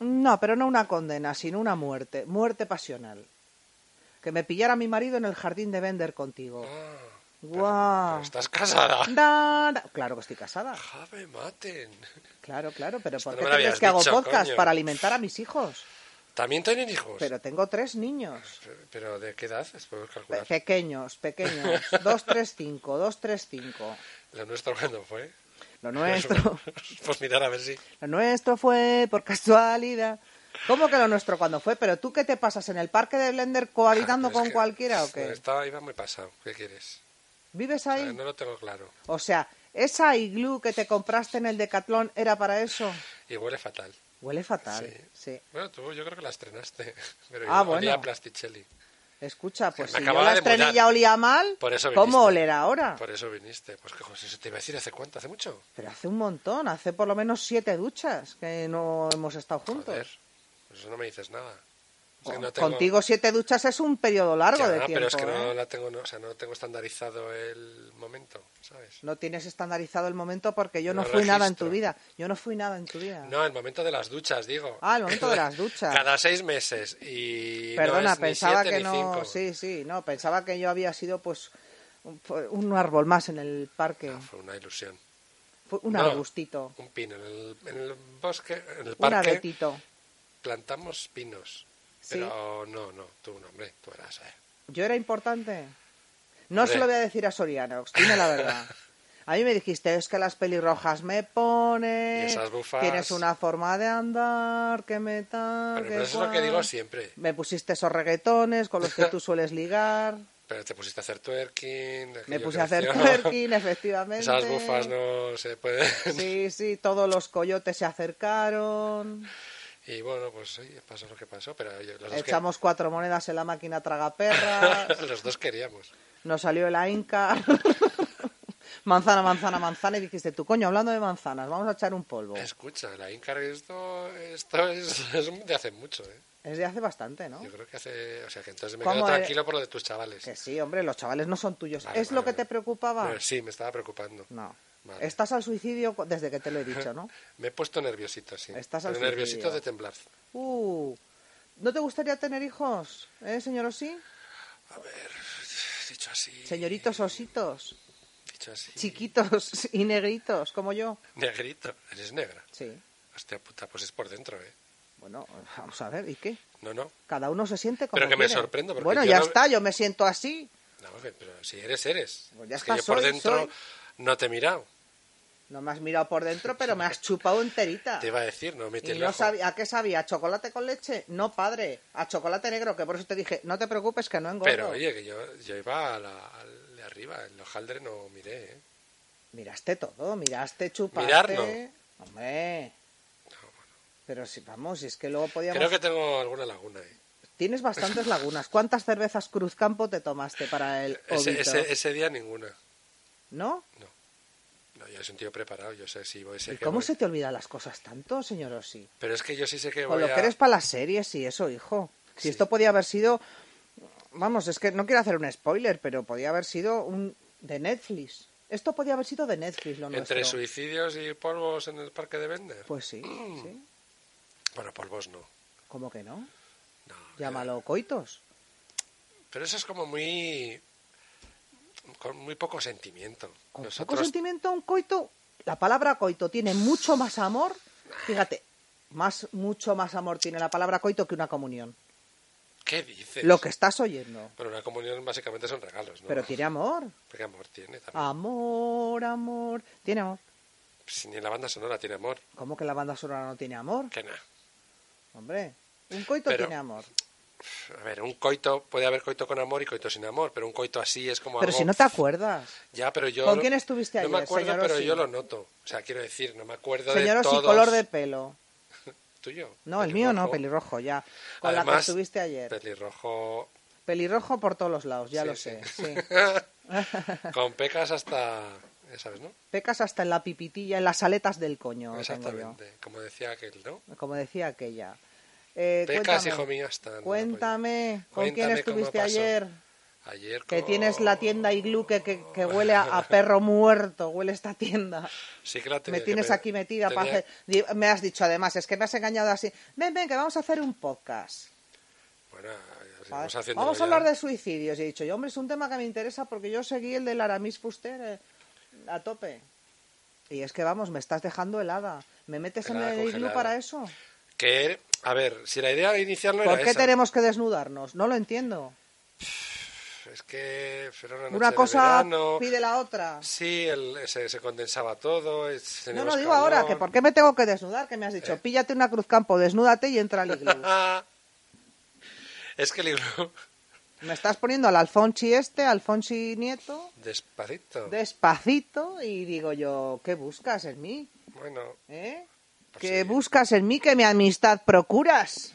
Speaker 6: No, pero no una condena, sino una muerte, muerte pasional. Que me pillara mi marido en el jardín de Bender contigo.
Speaker 5: Ah, Pero
Speaker 6: Guau.
Speaker 5: estás casada.
Speaker 6: Da, da. Claro que estoy casada.
Speaker 5: Ja, me maten.
Speaker 6: Claro, claro, pero ¿por
Speaker 5: no
Speaker 6: qué
Speaker 5: me lo habías
Speaker 6: crees que hago
Speaker 5: dicho,
Speaker 6: podcast
Speaker 5: coño.
Speaker 6: para alimentar a mis hijos?
Speaker 5: También tienen hijos. Pero,
Speaker 6: Pero tengo tres niños.
Speaker 5: ¿de qué edad? Es por calcular. *laughs*
Speaker 6: Pe- Pequeños, pequeños. 2, 3, 5, 2, 3, 5.
Speaker 5: Lo nuestro cuando fue.
Speaker 6: Lo nuestro.
Speaker 5: *laughs* Pues mirar a ver si.
Speaker 6: Lo nuestro fue por casualidad. ¿Cómo que lo nuestro cuando fue? ¿Pero tú qué te pasas en el parque de Blender cohabitando
Speaker 5: Pero Ah, es
Speaker 6: con
Speaker 5: que-
Speaker 6: cualquiera o qué?
Speaker 5: Estaba, iba muy pasado. ¿Qué quieres?
Speaker 6: ¿Vives
Speaker 5: O sea,
Speaker 6: ahí?
Speaker 5: no lo tengo claro.
Speaker 6: O sea, ¿esa iglú que te compraste en el Decathlon era para eso?
Speaker 5: Y huele fatal.
Speaker 6: Huele fatal. sí.
Speaker 5: Bueno, tú yo creo que la estrenaste. *laughs* Pero
Speaker 6: Ah,
Speaker 5: ah, bueno.
Speaker 6: bueno.
Speaker 5: olía a Plasticelli.
Speaker 6: Escucha, pues
Speaker 5: Me
Speaker 6: si yo
Speaker 5: acababa
Speaker 6: la
Speaker 5: de
Speaker 6: estrenilla
Speaker 5: mudar.
Speaker 6: olía mal,
Speaker 5: Por eso viniste.
Speaker 6: ¿cómo olerá ahora?
Speaker 5: Por eso viniste. Pues que José, eso te iba a decir hace cuánto, hace mucho.
Speaker 6: Pero hace un montón, hace por lo menos siete duchas que no hemos estado juntos.
Speaker 5: Joder, pues eso no me dices nada. O sea,
Speaker 6: Con-
Speaker 5: no tengo-
Speaker 6: Oh, Contigo siete duchas es un periodo largo
Speaker 5: Ya,
Speaker 6: de tiempo.
Speaker 5: pero es que
Speaker 6: ¿eh?
Speaker 5: no la tengo, no, o sea, no tengo estandarizado el momento, ¿sabes?
Speaker 6: No tienes estandarizado el momento porque yo no,
Speaker 5: No
Speaker 6: fui nada en tu
Speaker 5: registro.
Speaker 6: vida. Yo no fui nada en tu vida.
Speaker 5: No, el momento de las duchas, digo.
Speaker 6: Ah, el momento
Speaker 5: *laughs*
Speaker 6: de las duchas.
Speaker 5: Cada seis meses. Y
Speaker 6: Perdona,
Speaker 5: no es
Speaker 6: pensaba
Speaker 5: ni siete
Speaker 6: que
Speaker 5: ni
Speaker 6: no.
Speaker 5: cinco.
Speaker 6: Sí, sí, no, pensaba que yo había sido pues un, un árbol más en el parque.
Speaker 5: Ah, Fue una ilusión.
Speaker 6: Fue un
Speaker 5: No,
Speaker 6: arbustito,
Speaker 5: Un pino. En el, en el bosque, en el
Speaker 6: un
Speaker 5: parque,
Speaker 6: aretito.
Speaker 5: plantamos pinos.
Speaker 6: Sí.
Speaker 5: Pero no, no, tú no, hombre, tú eras. eh.
Speaker 6: Yo era importante. No
Speaker 5: Hombre.
Speaker 6: se lo voy a decir a Soriano, dime la
Speaker 5: *laughs*
Speaker 6: verdad. A mí me dijiste, es que las pelirrojas me ponen,
Speaker 5: Y esas bufas.
Speaker 6: tienes una forma de andar, que me tal,
Speaker 5: Pero,
Speaker 6: que
Speaker 5: pero eso es lo que
Speaker 6: cual".
Speaker 5: digo siempre.
Speaker 6: Me pusiste esos reggaetones con los que tú
Speaker 5: *laughs*
Speaker 6: sueles ligar.
Speaker 5: Pero te pusiste a hacer twerking.
Speaker 6: Me
Speaker 5: aquello
Speaker 6: puse
Speaker 5: que
Speaker 6: a hacer
Speaker 5: hacía-
Speaker 6: *laughs*
Speaker 5: *laughs*
Speaker 6: twerking, efectivamente.
Speaker 5: Esas bufas no se pueden.
Speaker 6: Sí, sí, todos los coyotes se acercaron.
Speaker 5: *laughs* Y bueno, pues sí, pasó lo que pasó, pero yo- los, dos que- *laughs*
Speaker 6: Echamos cuatro monedas en la máquina tragaperra.
Speaker 5: los dos queríamos.
Speaker 6: Nos salió el Inca. *laughs* manzana, manzana, manzana. Y dijiste, tú coño, hablando de manzanas, vamos a echar un polvo. Es,
Speaker 5: Escucha, la Incar esto, esto es, *laughs* es de hace mucho, ¿eh?
Speaker 6: de hace bastante, ¿no?
Speaker 5: Yo creo que hace... O sea, que entonces me
Speaker 6: ¿Cómo
Speaker 5: quedo
Speaker 6: era?
Speaker 5: tranquilo por lo de tus chavales.
Speaker 6: Que sí, hombre, los chavales no son tuyos.
Speaker 5: Vale,
Speaker 6: ¿Es
Speaker 5: vale,
Speaker 6: lo que
Speaker 5: vale.
Speaker 6: te preocupaba?
Speaker 5: Pero Pues sí, me estaba preocupando.
Speaker 6: No.
Speaker 5: Vale.
Speaker 6: Estás al suicidio cu- desde que te lo
Speaker 5: *laughs*
Speaker 6: he dicho, ¿no?
Speaker 5: Me he puesto nerviosito, sí.
Speaker 6: Estás al
Speaker 5: Pero nerviosito
Speaker 6: suicidio.
Speaker 5: de temblar. *sighs*
Speaker 6: Uh, ¿No te gustaría tener hijos, eh, señor Osí?
Speaker 5: Dicho así,
Speaker 6: Señoritos ositos,
Speaker 5: dicho así.
Speaker 6: chiquitos *laughs* y negritos, como yo.
Speaker 5: Negrito. ¿Eres negra?
Speaker 6: Sí.
Speaker 5: Hostia puta, pues es por dentro, ¿eh?
Speaker 6: Bueno, vamos a ver, ¿y qué?
Speaker 5: No, no.
Speaker 6: Cada uno se siente como
Speaker 5: Pero que me
Speaker 6: quiere.
Speaker 5: sorprendo, porque
Speaker 6: Bueno,
Speaker 5: yo
Speaker 6: ya
Speaker 5: no-
Speaker 6: está, yo me siento así.
Speaker 5: No, que- pero si eres, eres.
Speaker 6: Pues ya
Speaker 5: es
Speaker 6: está,
Speaker 5: que yo por
Speaker 6: soy,
Speaker 5: dentro
Speaker 6: soy.
Speaker 5: no te he mirado.
Speaker 6: No me has mirado por dentro, pero me has chupado enterita.
Speaker 5: Te iba a decir, no metí
Speaker 6: Y
Speaker 5: el
Speaker 6: no
Speaker 5: ojo.
Speaker 6: sabía, ¿A qué sabía? ¿A chocolate con leche? No, padre. A chocolate negro, que por eso te dije, no te preocupes que no engordo.
Speaker 5: Pero oye, que yo, yo iba a la, al de arriba, en los hojaldre no miré, ¿eh?
Speaker 6: Miraste todo, miraste, chupaste.
Speaker 5: Mirar no.
Speaker 6: Hombre. Pero si, vamos, si es que luego podíamos...
Speaker 5: Creo que tengo alguna laguna, ¿eh?
Speaker 6: Tienes bastantes lagunas. ¿Cuántas cervezas Cruzcampo te tomaste para el
Speaker 5: Ese,
Speaker 6: ovito?
Speaker 5: ese, ese día ninguna.
Speaker 6: ¿No?
Speaker 5: No, yo soy un tío preparado, yo sé si voy, sé
Speaker 6: ¿Y
Speaker 5: que
Speaker 6: cómo
Speaker 5: voy.
Speaker 6: se te olvidan las cosas tanto, señor Ossi?
Speaker 5: Pero es que yo sí sé que
Speaker 6: Con
Speaker 5: voy
Speaker 6: lo
Speaker 5: a...
Speaker 6: que eres para las series y eso, hijo. Si esto podía haber sido... Vamos, es que no quiero hacer un spoiler, pero podía haber sido un de Netflix. Esto podía haber sido de Netflix, lo
Speaker 5: Entre
Speaker 6: nuestro.
Speaker 5: suicidios y polvos en el parque de Bender.
Speaker 6: Pues sí, sí.
Speaker 5: Bueno, polvos no.
Speaker 6: ¿Cómo que no? Llámalo coitos.
Speaker 5: Pero eso es como muy... Con muy poco sentimiento.
Speaker 6: Poco
Speaker 5: Nosotros...
Speaker 6: sentimiento, un coito... La palabra coito tiene mucho más amor. Fíjate, más mucho más amor tiene la palabra coito que una comunión.
Speaker 5: ¿Qué dices?
Speaker 6: Lo que estás oyendo.
Speaker 5: Bueno, una comunión básicamente son regalos, ¿no?
Speaker 6: Pero tiene amor.
Speaker 5: Porque amor tiene
Speaker 6: Ah.
Speaker 5: también.
Speaker 6: Amor, amor. Tiene amor.
Speaker 5: Si ni la banda sonora tiene amor,
Speaker 6: ¿Cómo que la banda sonora no tiene amor?
Speaker 5: que nada.
Speaker 6: Hombre, un coito
Speaker 5: Pero-
Speaker 6: tiene amor.
Speaker 5: A ver, un coito, puede haber coito con amor y coito sin amor, pero un coito así es como
Speaker 6: Pero
Speaker 5: algo-
Speaker 6: si no te acuerdas.
Speaker 5: Ya, pero yo...
Speaker 6: ¿Con
Speaker 5: lo-
Speaker 6: quién estuviste
Speaker 5: No me
Speaker 6: ayer,
Speaker 5: acuerdo,
Speaker 6: señor
Speaker 5: pero
Speaker 6: Ossi?
Speaker 5: yo lo noto. O sea, quiero decir, no me acuerdo de
Speaker 6: Señoros y
Speaker 5: todos...
Speaker 6: color de pelo.
Speaker 5: ¿Tuyo?
Speaker 6: No, el mío no,
Speaker 5: pelirrojo.
Speaker 6: pelirrojo, ya. Con la que
Speaker 5: Además,
Speaker 6: estuviste ayer.
Speaker 5: Pelirrojo
Speaker 6: Pelirrojo por todos los lados, ya
Speaker 5: Sí,
Speaker 6: lo
Speaker 5: sí. *laughs*
Speaker 6: sé. Sí.
Speaker 5: con pecas hasta... ya ¿Sabes, no?
Speaker 6: Pecas hasta en la pipitilla, en las aletas del coño. tengo yo.
Speaker 5: Exactamente. Como decía aquel, ¿no?
Speaker 6: Como decía aquella. Eh,
Speaker 5: Pecas,
Speaker 6: cuéntame,
Speaker 5: hijo mío, hasta...
Speaker 6: Cuéntame, ¿con quién
Speaker 5: Cuéntame cómo
Speaker 6: estuviste
Speaker 5: pasó.
Speaker 6: ayer?
Speaker 5: Ayer
Speaker 6: Que
Speaker 5: con-
Speaker 6: tienes la tienda iglú que, que, que huele a,
Speaker 5: *laughs*
Speaker 6: a perro muerto, huele esta tienda.
Speaker 5: Sí que la tenía
Speaker 6: Me
Speaker 5: que
Speaker 6: tienes
Speaker 5: pe-
Speaker 6: aquí metida para
Speaker 5: tenía-
Speaker 6: hacer... Di- Me has dicho además, es que me has engañado así. Ven, ven, que vamos a hacer un podcast.
Speaker 5: Bueno, ya
Speaker 6: Vale.
Speaker 5: seguimos haciéndolo
Speaker 6: Vamos a
Speaker 5: ya.
Speaker 6: hablar de suicidios. Y he dicho, yo, hombre, es un tema que me interesa porque yo seguí el del Aramis Fuster eh, a tope. Y es que, vamos, me estás dejando helada. ¿Me metes
Speaker 5: Helada,
Speaker 6: en el iglú
Speaker 5: congelada.
Speaker 6: para eso?
Speaker 5: Que, a ver, si la idea inicial no
Speaker 6: ¿Por
Speaker 5: era
Speaker 6: qué
Speaker 5: esa.
Speaker 6: tenemos que desnudarnos? No lo entiendo.
Speaker 5: es que era una, noche
Speaker 6: Una
Speaker 5: de
Speaker 6: cosa
Speaker 5: verano.
Speaker 6: pide la otra.
Speaker 5: Sí, el- se, se condensaba todo. eh, es-
Speaker 6: No,
Speaker 5: teníamos
Speaker 6: no, digo ahora, que
Speaker 5: calor.
Speaker 6: ¿por qué me tengo que desnudar? Que me has
Speaker 5: Eh.
Speaker 6: dicho, píllate una cruzcampo, desnúdate y entra al iglú.
Speaker 5: *laughs* Es que el libro... *laughs*
Speaker 6: Me estás poniendo al Alfonsi este, Alfonsi Nieto,
Speaker 5: Despacito.
Speaker 6: despacito, y digo yo, ¿qué buscas en mí?
Speaker 5: Bueno,
Speaker 6: ¿Eh? ¿Qué buscas en mí que mi amistad procuras?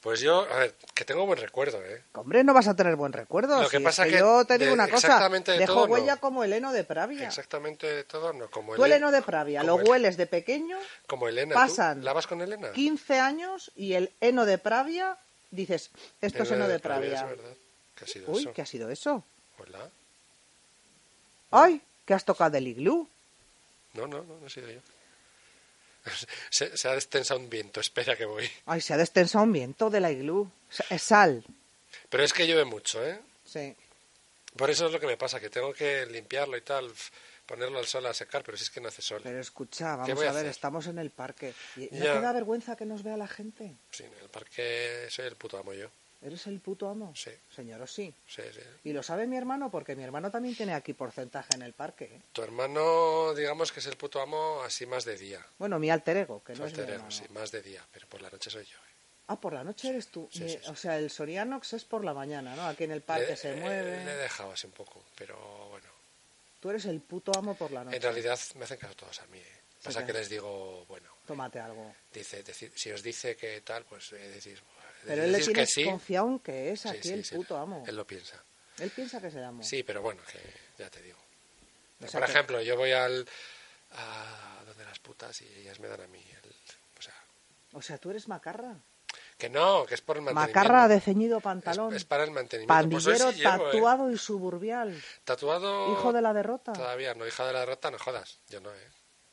Speaker 5: pues yo, a ver, que tengo buen recuerdo, ¿eh?
Speaker 6: Hombre, no vas a tener buen recuerdo.
Speaker 5: Lo que
Speaker 6: si
Speaker 5: pasa
Speaker 6: es
Speaker 5: que
Speaker 6: yo te digo
Speaker 5: de-
Speaker 6: una cosa,
Speaker 5: exactamente de
Speaker 6: dejó
Speaker 5: todo, no.
Speaker 6: huella como Heleno de Pravia.
Speaker 5: Exactamente de todo, no. Como
Speaker 6: Tú
Speaker 5: Elena,
Speaker 6: Heleno de Pravia, lo
Speaker 5: como Ele-
Speaker 6: hueles de pequeño,
Speaker 5: como Elena. ¿tú
Speaker 6: pasan
Speaker 5: ¿La vas con Elena?
Speaker 6: 15 años y el heno de Pravia, dices, esto es
Speaker 5: Elena
Speaker 6: heno de
Speaker 5: Pravia,
Speaker 6: Pravia.
Speaker 5: es verdad. ¿Qué ha sido
Speaker 6: Uy,
Speaker 5: eso?
Speaker 6: ¿qué ha sido eso?
Speaker 5: Hola.
Speaker 6: ¡Ay! ¿Qué has tocado el iglú?
Speaker 5: No, no, no, no he sido yo. *laughs* Se, se ha destensado un viento, espera que voy.
Speaker 6: Ay, se ha destensado un viento de la iglú. Sa- Es sal.
Speaker 5: Pero es que llueve mucho, ¿eh?
Speaker 6: Sí.
Speaker 5: Por eso es lo que me pasa, que tengo que limpiarlo y tal, f- ponerlo al sol a secar, pero si es que no hace sol.
Speaker 6: Pero escucha,
Speaker 5: ¿Qué
Speaker 6: vamos
Speaker 5: voy
Speaker 6: a,
Speaker 5: a
Speaker 6: ver,
Speaker 5: hacer?
Speaker 6: estamos en el parque. Y ¿No
Speaker 5: Ya.
Speaker 6: te da vergüenza que nos vea la gente?
Speaker 5: Sí, en el parque soy el puto amo yo.
Speaker 6: ¿Eres el puto amo?
Speaker 5: Sí.
Speaker 6: Señor, o sí.
Speaker 5: Sí, sí.
Speaker 6: Y lo sabe mi hermano porque mi hermano también tiene aquí porcentaje en el parque. ¿eh?
Speaker 5: Tu hermano, digamos que es el puto amo así más de día.
Speaker 6: Bueno, mi alter ego, que
Speaker 5: Tu
Speaker 6: no es mi
Speaker 5: alter ego,
Speaker 6: hermano.
Speaker 5: sí, más de día, pero por la noche soy yo.
Speaker 6: Ah, por la noche eres tú.
Speaker 5: Sí,
Speaker 6: Mi-
Speaker 5: sí, sí.
Speaker 6: O sea, el Sorianox es por la mañana, ¿no? Aquí en el parque
Speaker 5: Le-
Speaker 6: se
Speaker 5: eh,
Speaker 6: mueve.
Speaker 5: Le he dejado así un poco, pero bueno.
Speaker 6: Tú eres el puto amo por la noche.
Speaker 5: En realidad me hacen caso todos a mí. ¿eh? Pasa que
Speaker 6: claro.
Speaker 5: les digo, bueno,
Speaker 6: Tómate algo.
Speaker 5: dice, deci- si os dice que tal, pues eh, decís,
Speaker 6: Pero él le
Speaker 5: decís
Speaker 6: tiene
Speaker 5: que sí.
Speaker 6: confiado en que es
Speaker 5: Sí,
Speaker 6: aquí
Speaker 5: sí,
Speaker 6: el
Speaker 5: sí,
Speaker 6: puto amo.
Speaker 5: Él lo piensa.
Speaker 6: Él piensa que es el amo.
Speaker 5: Sí, pero bueno, que ya te digo.
Speaker 6: O sea
Speaker 5: Por
Speaker 6: que-
Speaker 5: ejemplo, yo voy al a donde las putas y ellas me dan a mí. el- o sea,
Speaker 6: O sea, tú eres macarra.
Speaker 5: que no, que es por el mantenimiento.
Speaker 6: Macarra de ceñido pantalón.
Speaker 5: Es para el mantenimiento. Pues hoy
Speaker 6: Pandillero
Speaker 5: sí llevo, ¿eh? Oh,
Speaker 6: tatuado y suburbial.
Speaker 5: Tatuado.
Speaker 6: Hijo de la derrota.
Speaker 5: Todavía no, hija de la derrota, no jodas. Yo no, ¿eh?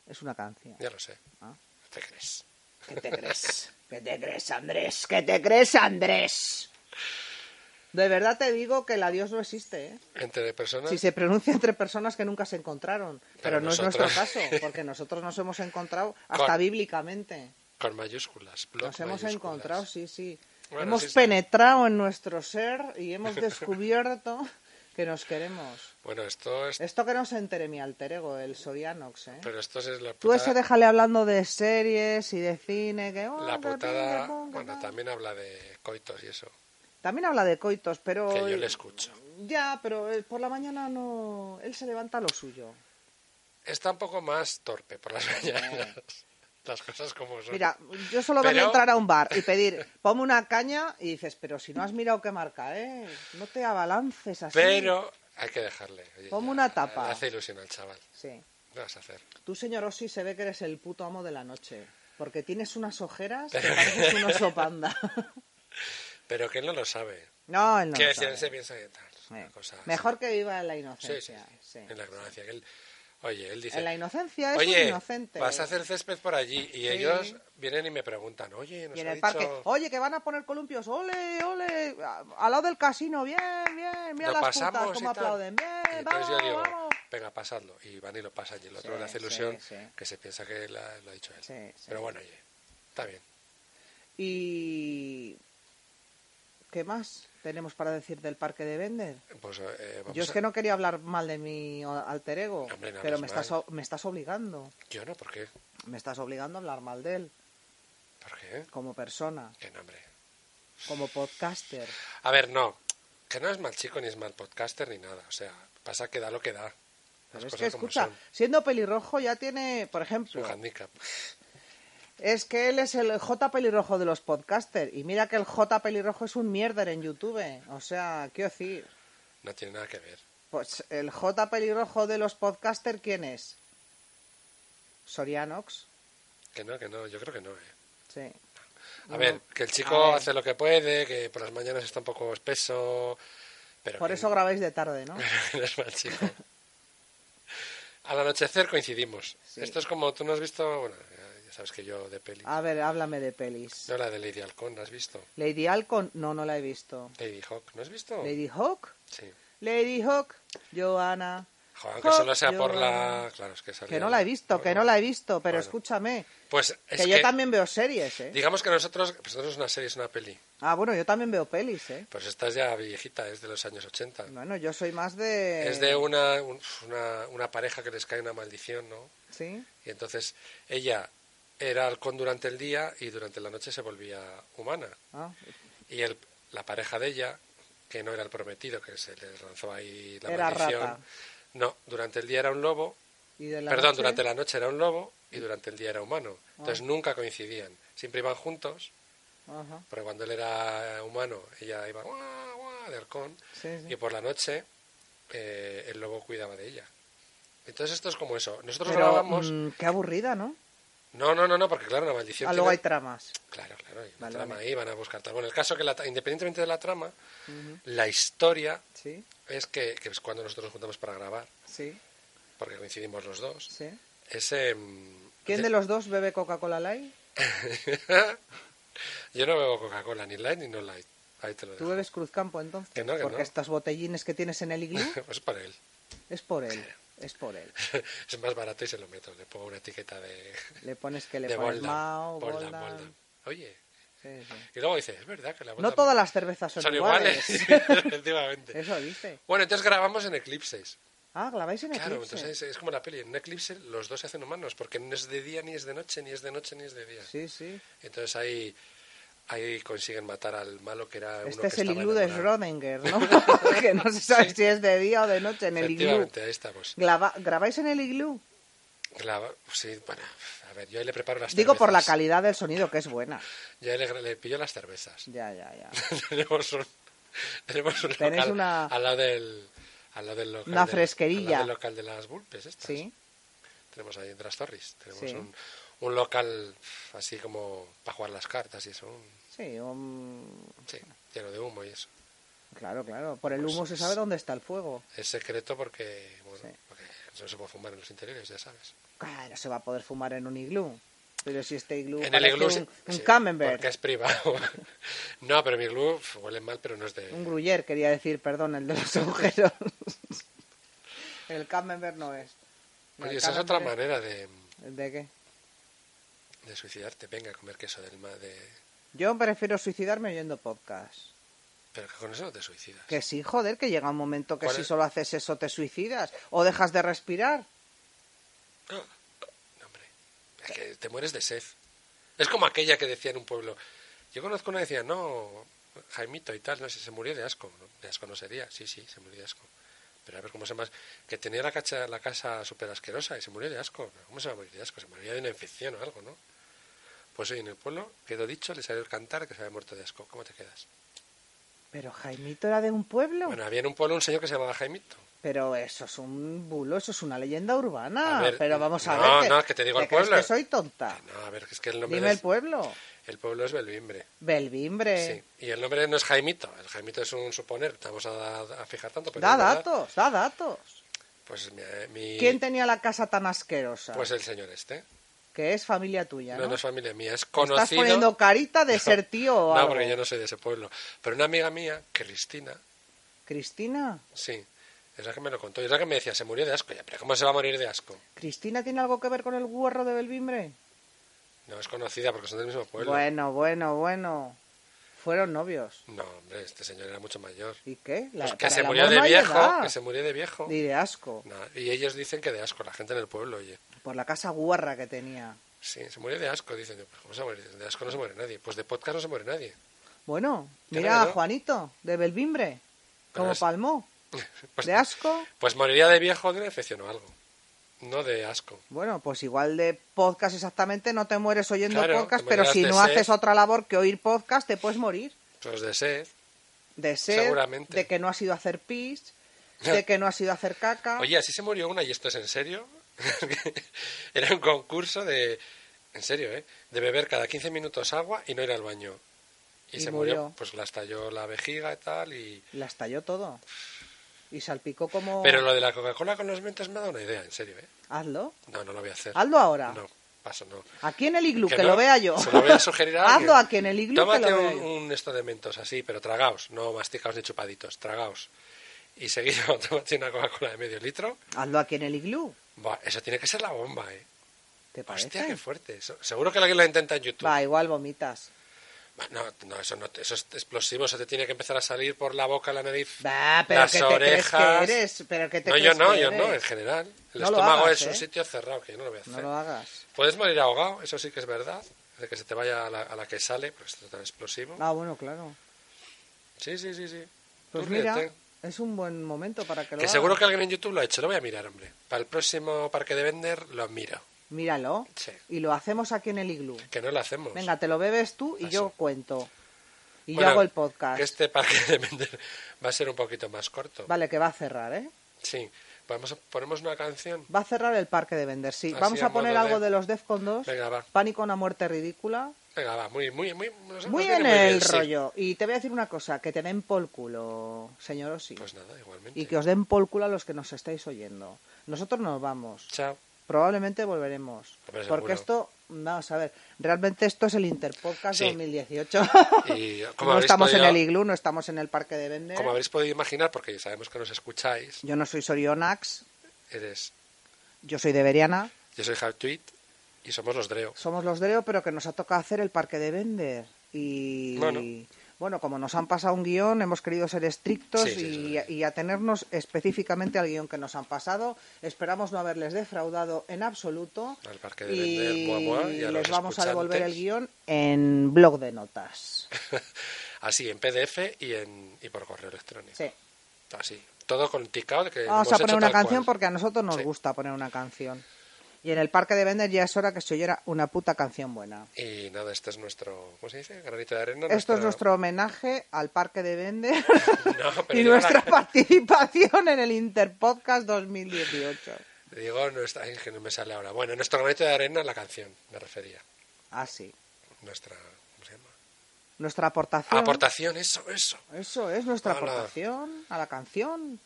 Speaker 6: Es
Speaker 5: *laughs*
Speaker 6: una canción.
Speaker 5: Ya lo sé.
Speaker 6: Ah.
Speaker 5: ¿Te crees?
Speaker 6: ¿Qué te crees? ¿Qué te crees, Andrés? ¿Qué te crees, Andrés? De verdad te digo que el adiós no existe, ¿eh?
Speaker 5: Entre personas.
Speaker 6: Si se pronuncia entre personas que nunca se encontraron. Pero,
Speaker 5: Pero
Speaker 6: no
Speaker 5: nosotros-
Speaker 6: es
Speaker 5: *laughs*
Speaker 6: nuestro caso, porque nosotros nos hemos encontrado hasta
Speaker 5: Con-
Speaker 6: bíblicamente.
Speaker 5: Con mayúsculas. bloc
Speaker 6: Nos hemos
Speaker 5: mayúsculas.
Speaker 6: encontrado, sí, sí.
Speaker 5: Bueno,
Speaker 6: hemos
Speaker 5: sí, sí.
Speaker 6: penetrado en nuestro ser y hemos
Speaker 5: *laughs*
Speaker 6: descubierto que nos queremos.
Speaker 5: Bueno, esto es.
Speaker 6: Esto que no se entere mi alter ego, el Sorianox, ¿eh?
Speaker 5: Pero esto es la
Speaker 6: Tú
Speaker 5: putada.
Speaker 6: ese déjale hablando de series y de cine, que... oh,
Speaker 5: La
Speaker 6: que
Speaker 5: putada.
Speaker 6: pum, que pum, que
Speaker 5: Bueno,
Speaker 6: pam.
Speaker 5: también habla de coitos y eso.
Speaker 6: También habla de coitos, pero...
Speaker 5: Que yo le escucho.
Speaker 6: Ya, pero eh, por la mañana no... Él se levanta a lo suyo.
Speaker 5: Está un poco más torpe por las mañanas. *laughs* Las cosas como son.
Speaker 6: Mira, yo solo verle
Speaker 5: Pero-
Speaker 6: entrar a un bar y pedir, ponme una caña y dices, pero si no has mirado qué marca, ¿eh? No te abalances así.
Speaker 5: Pero hay que dejarle. Oye,
Speaker 6: Ponme
Speaker 5: ya,
Speaker 6: una tapa.
Speaker 5: le Hace ilusión al chaval.
Speaker 6: Sí.
Speaker 5: ¿Qué vas a hacer?
Speaker 6: Tú, señor Ossi, se ve que eres el puto amo de la noche. Porque tienes unas ojeras que pareces un oso panda.
Speaker 5: *laughs* Pero que él no lo sabe.
Speaker 6: No, él no
Speaker 5: que
Speaker 6: lo
Speaker 5: si él
Speaker 6: sabe.
Speaker 5: se piensa que tal.
Speaker 6: Eh,
Speaker 5: una cosa así.
Speaker 6: Mejor que viva en la
Speaker 5: Sí, sí,
Speaker 6: inocencia.
Speaker 5: sí.
Speaker 6: sí.
Speaker 5: En la ignorancia. que él- Oye, él dice.
Speaker 6: En la inocencia es
Speaker 5: Oye,
Speaker 6: un inocente.
Speaker 5: vas a hacer césped por allí. Y
Speaker 6: Sí.
Speaker 5: ellos vienen y me preguntan. Oye, nos
Speaker 6: Y en
Speaker 5: ha
Speaker 6: el parque, "Oh,
Speaker 5: dicho-
Speaker 6: oye, que van a poner columpios, ole, ole, a- al lado del casino, bien, bien, mira
Speaker 5: Lo
Speaker 6: las
Speaker 5: pasamos
Speaker 6: putas cómo
Speaker 5: y tal.
Speaker 6: aplauden,
Speaker 5: Y
Speaker 6: bien,
Speaker 5: entonces
Speaker 6: vamos,
Speaker 5: yo digo,
Speaker 6: vamos.
Speaker 5: venga, pasadlo. Y van y lo pasan. Y el otro
Speaker 6: Sí,
Speaker 5: le hace
Speaker 6: sí,
Speaker 5: ilusión
Speaker 6: sí.
Speaker 5: que se piensa que la- lo ha dicho él.
Speaker 6: Sí, sí.
Speaker 5: Pero bueno, oye, está bien.
Speaker 6: ¿Y qué más tenemos para decir del parque de Bender?
Speaker 5: Pues, eh, vamos
Speaker 6: Yo es
Speaker 5: a-
Speaker 6: que no quería hablar mal de mi o- alter ego,
Speaker 5: Hombre, no
Speaker 6: pero
Speaker 5: hables
Speaker 6: me estás,
Speaker 5: mal.
Speaker 6: o- me estás obligando,
Speaker 5: Yo no, ¿por qué?
Speaker 6: me estás obligando a hablar mal de él
Speaker 5: ¿Por qué?
Speaker 6: como persona,
Speaker 5: ¿Qué nombre?
Speaker 6: como podcaster.
Speaker 5: A ver, no. Que no es mal chico ni es mal podcaster ni nada. O sea, pasa que da lo que da. Las
Speaker 6: Pero es
Speaker 5: cosas
Speaker 6: que
Speaker 5: como
Speaker 6: escucha,
Speaker 5: son.
Speaker 6: siendo pelirrojo ya tiene, por
Speaker 5: Es un
Speaker 6: ejemplo,
Speaker 5: handicap.
Speaker 6: Es que él es el J pelirrojo de los podcasters. Y mira que el J pelirrojo es un mierder en YouTube. O sea, quiero decir,
Speaker 5: No tiene nada que ver.
Speaker 6: pues el J pelirrojo de los podcasters, ¿quién es? Sorianox.
Speaker 5: Que no, que no. Yo creo que no, eh.
Speaker 6: Sí.
Speaker 5: A ver, que el
Speaker 6: A
Speaker 5: chico
Speaker 6: ver.
Speaker 5: hace lo que puede, que por las mañanas está un poco espeso, pero
Speaker 6: Por
Speaker 5: que-
Speaker 6: eso grabáis de tarde, ¿no?
Speaker 5: *laughs* no es mal
Speaker 6: *laughs*
Speaker 5: chico. Al anochecer coincidimos.
Speaker 6: Sí. Ah.
Speaker 5: Esto es como tú no has visto, bueno, ya- ya sabes que yo de peli.
Speaker 6: A ver, háblame de pelis.
Speaker 5: No la de Lady Halcón, ¿la has visto?
Speaker 6: Lady Alcon, no, no la he visto.
Speaker 5: Lady Hawk, ¿no has visto?
Speaker 6: Lady Hawk.
Speaker 5: Sí.
Speaker 6: Lady Hawk. Joanna.
Speaker 5: Jo, aunque solo sea por la... Claro, es que salió-
Speaker 6: Que no la he visto, que no la he visto, pero escúchame.
Speaker 5: Pues es
Speaker 6: que yo también veo series, ¿eh?
Speaker 5: Digamos que nosotros... Pues nosotros es una serie, es una peli.
Speaker 6: Ah, bueno, yo también veo pelis, ¿eh?
Speaker 5: Pues esta es ya viejita, es de los años 80.
Speaker 6: Bueno, yo soy más de...
Speaker 5: Es de una, un- una, una pareja que les cae una maldición, ¿no?
Speaker 6: Sí.
Speaker 5: Y entonces ella era halcón durante el día y durante la noche se volvía humana.
Speaker 6: Ah.
Speaker 5: Y el- la pareja de ella, que no era el prometido, que se le lanzó ahí la
Speaker 6: Era
Speaker 5: maldición.
Speaker 6: rata.
Speaker 5: No, durante el día era un lobo,
Speaker 6: Y de la
Speaker 5: perdón,
Speaker 6: noche-
Speaker 5: durante la noche era un lobo y durante el día era humano. Entonces
Speaker 6: Ah.
Speaker 5: nunca coincidían, siempre iban juntos,
Speaker 6: Ajá.
Speaker 5: pero cuando él era humano ella iba guau, guau, de halcón
Speaker 6: Sí, sí.
Speaker 5: y por la noche eh, el lobo cuidaba de ella. Entonces esto es como eso. Nosotros
Speaker 6: Pero,
Speaker 5: grabamos...
Speaker 6: mm, qué aburrida, ¿no?
Speaker 5: No, no, no, no, porque claro, la maldición...
Speaker 6: Ah, luego
Speaker 5: tiene-
Speaker 6: hay tramas.
Speaker 5: Claro, claro, hay una
Speaker 6: Vale,
Speaker 5: trama
Speaker 6: vale.
Speaker 5: ahí, van a buscar tal. Bueno, el caso que la tra- independientemente de la trama, la historia
Speaker 6: Sí,
Speaker 5: es que, que es cuando nosotros nos juntamos para grabar,
Speaker 6: sí,
Speaker 5: porque coincidimos los dos,
Speaker 6: sí.
Speaker 5: es... em,
Speaker 6: ¿Quién de los dos bebe Coca-Cola Light?
Speaker 5: Yo no bebo Coca-Cola, ni light ni no light. Ahí te lo
Speaker 6: ¿Tú
Speaker 5: dejo.
Speaker 6: bebes Cruzcampo entonces?
Speaker 5: Que no, que
Speaker 6: Porque
Speaker 5: no.
Speaker 6: estos botellines que tienes en el iglú
Speaker 5: *laughs* Pues para él.
Speaker 6: es por él. Es por él.
Speaker 5: es más barato y se lo meto. Le pongo una etiqueta de...
Speaker 6: Le pones que le
Speaker 5: de
Speaker 6: pones
Speaker 5: Boldam,
Speaker 6: Mao,
Speaker 5: Boldam,
Speaker 6: Boldam.
Speaker 5: Boldam. Oye.
Speaker 6: Sí, sí.
Speaker 5: Y luego dices, es verdad que la
Speaker 6: No
Speaker 5: Boldam-
Speaker 6: todas las cervezas son,
Speaker 5: son
Speaker 6: iguales.
Speaker 5: iguales. *laughs* Efectivamente.
Speaker 6: *laughs* Eso dice.
Speaker 5: Bueno, entonces grabamos en eclipses.
Speaker 6: Ah, grabáis en
Speaker 5: Claro,
Speaker 6: Eclipse.
Speaker 5: entonces es como la peli. En un eclipse los dos se hacen humanos, porque no es de día, ni es de noche, ni es de noche, ni es de día.
Speaker 6: Sí, sí.
Speaker 5: Entonces ahí, ahí consiguen matar al malo que era uno
Speaker 6: Este
Speaker 5: que
Speaker 6: es el
Speaker 5: estaba
Speaker 6: iglú de
Speaker 5: enamorado.
Speaker 6: Schrödinger,
Speaker 5: *laughs*
Speaker 6: ¿no? que no se sabe si es de día o de noche en el iglú.
Speaker 5: Efectivamente, ahí estamos.
Speaker 6: Glava- ¿Grabáis en el iglú?
Speaker 5: Claro, sí, bueno, a ver, yo ahí le preparo las
Speaker 6: Digo por la
Speaker 5: cervezas.
Speaker 6: calidad del sonido, que es buena.
Speaker 5: Yo ahí le, le pillo las cervezas. *laughs*
Speaker 6: Ya, ya, ya.
Speaker 5: tenemos un, tenemos un
Speaker 6: Tenéis
Speaker 5: local
Speaker 6: una-
Speaker 5: al lado del... Al lado del local
Speaker 6: Una
Speaker 5: de-
Speaker 6: fresquerilla.
Speaker 5: al lado del local de las Bulpes, estas.
Speaker 6: Sí,
Speaker 5: Tenemos ahí en Las Torres. Tenemos
Speaker 6: Sí.
Speaker 5: un, un local así como para jugar las cartas y eso. un-
Speaker 6: sí. un-
Speaker 5: sí, lleno de humo y eso.
Speaker 6: Claro, claro. Por el
Speaker 5: Pues
Speaker 6: humo se
Speaker 5: es-
Speaker 6: sabe dónde está el fuego.
Speaker 5: Es secreto porque, bueno, porque no se puede fumar en los interiores, ya sabes.
Speaker 6: Claro, se va a poder fumar en un iglú. Pero si este iglú
Speaker 5: en
Speaker 6: parece
Speaker 5: iglú
Speaker 6: un,
Speaker 5: se-
Speaker 6: un
Speaker 5: sí,
Speaker 6: camembert,
Speaker 5: Porque es privado. *laughs* no, pero mi iglú pf, huele mal, pero no es de...
Speaker 6: un gruyer, quería decir, perdón, el de
Speaker 5: *laughs*
Speaker 6: los agujeros. el camembert no es. No,
Speaker 5: Oye,
Speaker 6: el
Speaker 5: esa es otra
Speaker 6: camembert
Speaker 5: manera de,
Speaker 6: es- ¿De qué?
Speaker 5: de suicidarte. Venga, a comer queso del mar de...
Speaker 6: Yo prefiero suicidarme oyendo podcast.
Speaker 5: Pero que con eso no te suicidas.
Speaker 6: Que sí, joder, que llega un momento que
Speaker 5: ¿Cuál
Speaker 6: si
Speaker 5: es?
Speaker 6: solo haces eso te suicidas o dejas de respirar.
Speaker 5: Es que te mueres de sed. Es como aquella que decía en un pueblo. Yo conozco una que decía, no, Jaimito y tal, no sé, se murió de asco. ¿no? De asco no sería, sí, sí, se murió de asco. Pero a ver cómo se llama. Que tenía la, cacha, la casa súper asquerosa y se murió de asco. ¿Cómo se va a morir de asco? Se murió de una infección o algo, ¿no? Pues hoy en el pueblo quedó dicho, le salió el cantar que se había muerto de asco. ¿Cómo te quedas?
Speaker 6: Pero Jaimito era de un pueblo.
Speaker 5: Bueno, había en un pueblo un señor que se llamaba Jaimito.
Speaker 6: Pero eso es un bulo, eso es una leyenda urbana.
Speaker 5: A ver,
Speaker 6: pero vamos a
Speaker 5: no,
Speaker 6: ver.
Speaker 5: no, que te digo el
Speaker 6: crees
Speaker 5: pueblo.
Speaker 6: que soy tonta.
Speaker 5: No, a ver, que es que el nombre.
Speaker 6: Dime
Speaker 5: del-
Speaker 6: el pueblo.
Speaker 5: el pueblo es Belvimbre.
Speaker 6: Belvimbre.
Speaker 5: Sí, y el nombre no es Jaimito, el Jaimito es un suponer, te vamos a, a fijar tanto, pero pues
Speaker 6: da
Speaker 5: es verdad.
Speaker 6: datos, da datos.
Speaker 5: Pues mi, mi-
Speaker 6: ¿Quién tenía la casa tan asquerosa?
Speaker 5: pues el señor este.
Speaker 6: Que es familia tuya,
Speaker 5: No,
Speaker 6: ¿no?
Speaker 5: no es familia mía, es
Speaker 6: Estás
Speaker 5: conocido.
Speaker 6: poniendo carita de ser tío
Speaker 5: *laughs*
Speaker 6: o
Speaker 5: no,
Speaker 6: algo.
Speaker 5: porque yo no soy de ese pueblo. Pero una amiga mía, Cristina,
Speaker 6: Cristina.
Speaker 5: sí, es la que me lo contó, y es la que me decía, se murió de asco, ya, pero ¿cómo se va a morir de asco?
Speaker 6: ¿Cristina tiene algo que ver con el guarro de Belvimbre?
Speaker 5: No, es conocida porque son del mismo pueblo.
Speaker 6: Bueno, bueno, bueno. Fueron novios.
Speaker 5: No, hombre, este señor era mucho mayor.
Speaker 6: ¿Y qué? La-
Speaker 5: Pues que
Speaker 6: para
Speaker 5: se
Speaker 6: el
Speaker 5: murió
Speaker 6: amor
Speaker 5: de
Speaker 6: no hay
Speaker 5: viejo,
Speaker 6: edad.
Speaker 5: que se murió de viejo.
Speaker 6: Y de asco.
Speaker 5: No, y ellos dicen que de asco, la gente en el pueblo, oye.
Speaker 6: Por la casa guarra que tenía.
Speaker 5: Sí, se murió de asco, dicen. Pues, ¿Cómo se muere? De asco no se muere nadie. Pues de podcast no se muere nadie. Claro
Speaker 6: Bueno, mira
Speaker 5: que
Speaker 6: a
Speaker 5: no.
Speaker 6: Juanito, de Belvimbre.
Speaker 5: Pero
Speaker 6: Como
Speaker 5: es-
Speaker 6: palmó.
Speaker 5: Pues,
Speaker 6: De asco.
Speaker 5: pues moriría de viejo de una infección o algo. No de asco.
Speaker 6: Bueno, pues igual de podcast exactamente no te mueres oyendo
Speaker 5: Claro,
Speaker 6: podcast,
Speaker 5: te
Speaker 6: pero
Speaker 5: morirás
Speaker 6: si
Speaker 5: de
Speaker 6: no
Speaker 5: sed.
Speaker 6: haces otra labor que oír podcast, te puedes morir.
Speaker 5: Pues de sed.
Speaker 6: De sed,
Speaker 5: Seguramente.
Speaker 6: de que no has ido a
Speaker 5: *laughs*
Speaker 6: hacer pis, de que no has ido a hacer caca.
Speaker 5: Oye, así se murió una y esto es en serio. *laughs* Era un concurso de. En serio, ¿eh? De beber cada 15 minutos agua y no ir al baño. Y,
Speaker 6: Y
Speaker 5: se
Speaker 6: murió.
Speaker 5: murió. Pues la estalló la vejiga y tal. y...
Speaker 6: La estalló todo. Y salpicó como...
Speaker 5: Pero lo de la Coca-Cola con los mentos me ha dado una idea, en serio, ¿eh?
Speaker 6: Hazlo.
Speaker 5: No, no lo voy a hacer.
Speaker 6: Hazlo ahora.
Speaker 5: No, paso, no.
Speaker 6: Aquí en el iglú, que,
Speaker 5: no,
Speaker 6: lo vea yo.
Speaker 5: Se lo voy a
Speaker 6: *laughs*
Speaker 5: sugerir a alguien.
Speaker 6: Hazlo aquí en el iglú, que
Speaker 5: Tómate
Speaker 6: lo vea
Speaker 5: un,
Speaker 6: yo.
Speaker 5: un esto de mentos así, pero tragaos, no masticaos ni chupaditos, tragaos. y *laughs* seguido tomate una Coca-Cola de medio litro.
Speaker 6: Hazlo aquí en el iglú.
Speaker 5: Buah, eso tiene que ser la bomba, ¿eh?
Speaker 6: ¿Te parece?
Speaker 5: Hostia, qué fuerte. Eso- Seguro que alguien lo intenta en YouTube.
Speaker 6: Va, igual vomitas.
Speaker 5: Bah, No, no, eso, no, eso es explosivo, eso te tiene que empezar a salir por la boca, la nariz,
Speaker 6: Va, pero
Speaker 5: las
Speaker 6: ¿qué te crees que
Speaker 5: orejas.
Speaker 6: eres? ¿Pero qué te
Speaker 5: no, yo
Speaker 6: crees
Speaker 5: no,
Speaker 6: que
Speaker 5: yo
Speaker 6: eres?
Speaker 5: no, en general. El
Speaker 6: No lo
Speaker 5: estómago
Speaker 6: hagas,
Speaker 5: es un
Speaker 6: ¿eh?
Speaker 5: sitio cerrado que yo no lo voy a hacer.
Speaker 6: No lo hagas.
Speaker 5: Puedes morir ahogado, eso sí que es verdad. De que se te vaya a la, a la que sale, porque es tan explosivo.
Speaker 6: Ah, bueno, claro.
Speaker 5: Sí, sí, sí, sí.
Speaker 6: Pues
Speaker 5: Tú
Speaker 6: mira,
Speaker 5: ríete.
Speaker 6: es un buen momento para que lo
Speaker 5: Que
Speaker 6: hagas.
Speaker 5: seguro que alguien en YouTube lo ha hecho, lo voy a mirar, hombre. Para el próximo parque de vender lo miro.
Speaker 6: Míralo.
Speaker 5: Sí. Pues
Speaker 6: Y lo hacemos aquí en el iglú.
Speaker 5: Que no lo hacemos.
Speaker 6: Venga, te lo bebes tú y yo cuento. Y
Speaker 5: Bueno,
Speaker 6: yo hago el podcast.
Speaker 5: Que este parque de vender va a ser un poquito más corto.
Speaker 6: Vale, que va a cerrar, ¿eh?
Speaker 5: Sí. pues Vamos a- ponemos una canción.
Speaker 6: Va a cerrar el parque de vender, sí.
Speaker 5: Así,
Speaker 6: Vamos
Speaker 5: a
Speaker 6: a
Speaker 5: modo
Speaker 6: poner
Speaker 5: de-
Speaker 6: algo de los Defcon 2.
Speaker 5: Venga, va.
Speaker 6: Pánico a una muerte ridícula.
Speaker 5: Venga, va. Muy, muy, muy. nos- nos
Speaker 6: Muy
Speaker 5: viene
Speaker 6: en
Speaker 5: bien,
Speaker 6: el
Speaker 5: sí.
Speaker 6: rollo. Y te voy a decir una cosa, que te den por culo, señor Osi.
Speaker 5: Pues nada, igualmente.
Speaker 6: y que os den por culo a los que nos estáis oyendo. Nosotros nos vamos.
Speaker 5: Chao.
Speaker 6: Probablemente volveremos.
Speaker 5: Hombre,
Speaker 6: porque
Speaker 5: seguro.
Speaker 6: esto, vamos a ver, realmente esto es el Interpodcast
Speaker 5: Sí.
Speaker 6: 2018.
Speaker 5: Y como
Speaker 6: *laughs* no
Speaker 5: habréis
Speaker 6: estamos en
Speaker 5: podido-
Speaker 6: el iglú, no estamos en el parque de vender.
Speaker 5: Como habréis podido imaginar, porque ya sabemos que nos escucháis,
Speaker 6: Yo no soy Sorionax,
Speaker 5: eres.
Speaker 6: yo soy de Beriana.
Speaker 5: Yo soy Hartweet y somos los Dreo.
Speaker 6: Somos los Dreo, pero que nos ha tocado hacer el parque de vender. Y
Speaker 5: Bueno.
Speaker 6: bueno, como nos han pasado un guión, hemos querido ser estrictos
Speaker 5: Sí, sí,
Speaker 6: y, y atenernos específicamente al guión que nos han pasado. Esperamos no haberles defraudado en absoluto.
Speaker 5: Al parque de vender, buah, buah, y a
Speaker 6: les
Speaker 5: los
Speaker 6: vamos a devolver el
Speaker 5: escuchantes.
Speaker 6: guión en blog de notas.
Speaker 5: *laughs* Así, en PDF y, en, y por correo electrónico.
Speaker 6: Sí.
Speaker 5: Así. Todo con ticado de que lo
Speaker 6: Vamos
Speaker 5: hemos
Speaker 6: a poner
Speaker 5: hecho
Speaker 6: una
Speaker 5: tal
Speaker 6: canción
Speaker 5: cual.
Speaker 6: porque a nosotros nos gusta poner una canción. Y en el parque de vender ya es hora que se oyera una puta canción buena.
Speaker 5: Y nada, este es nuestro. ¿Cómo se dice? Granito de arena.
Speaker 6: Esto es nuestro homenaje al parque de vender
Speaker 5: No, pero
Speaker 6: y
Speaker 5: digo la-
Speaker 6: nuestra participación en el Interpodcast 2018.
Speaker 5: Digo, nuestra. ay, que no me sale ahora. Bueno, nuestro granito de arena, la canción, me refería.
Speaker 6: Ah, sí.
Speaker 5: Nuestra. ¿Cómo se llama?
Speaker 6: Nuestra aportación.
Speaker 5: Aportación, eso, eso.
Speaker 6: Eso es nuestra
Speaker 5: Hola.
Speaker 6: aportación a la canción.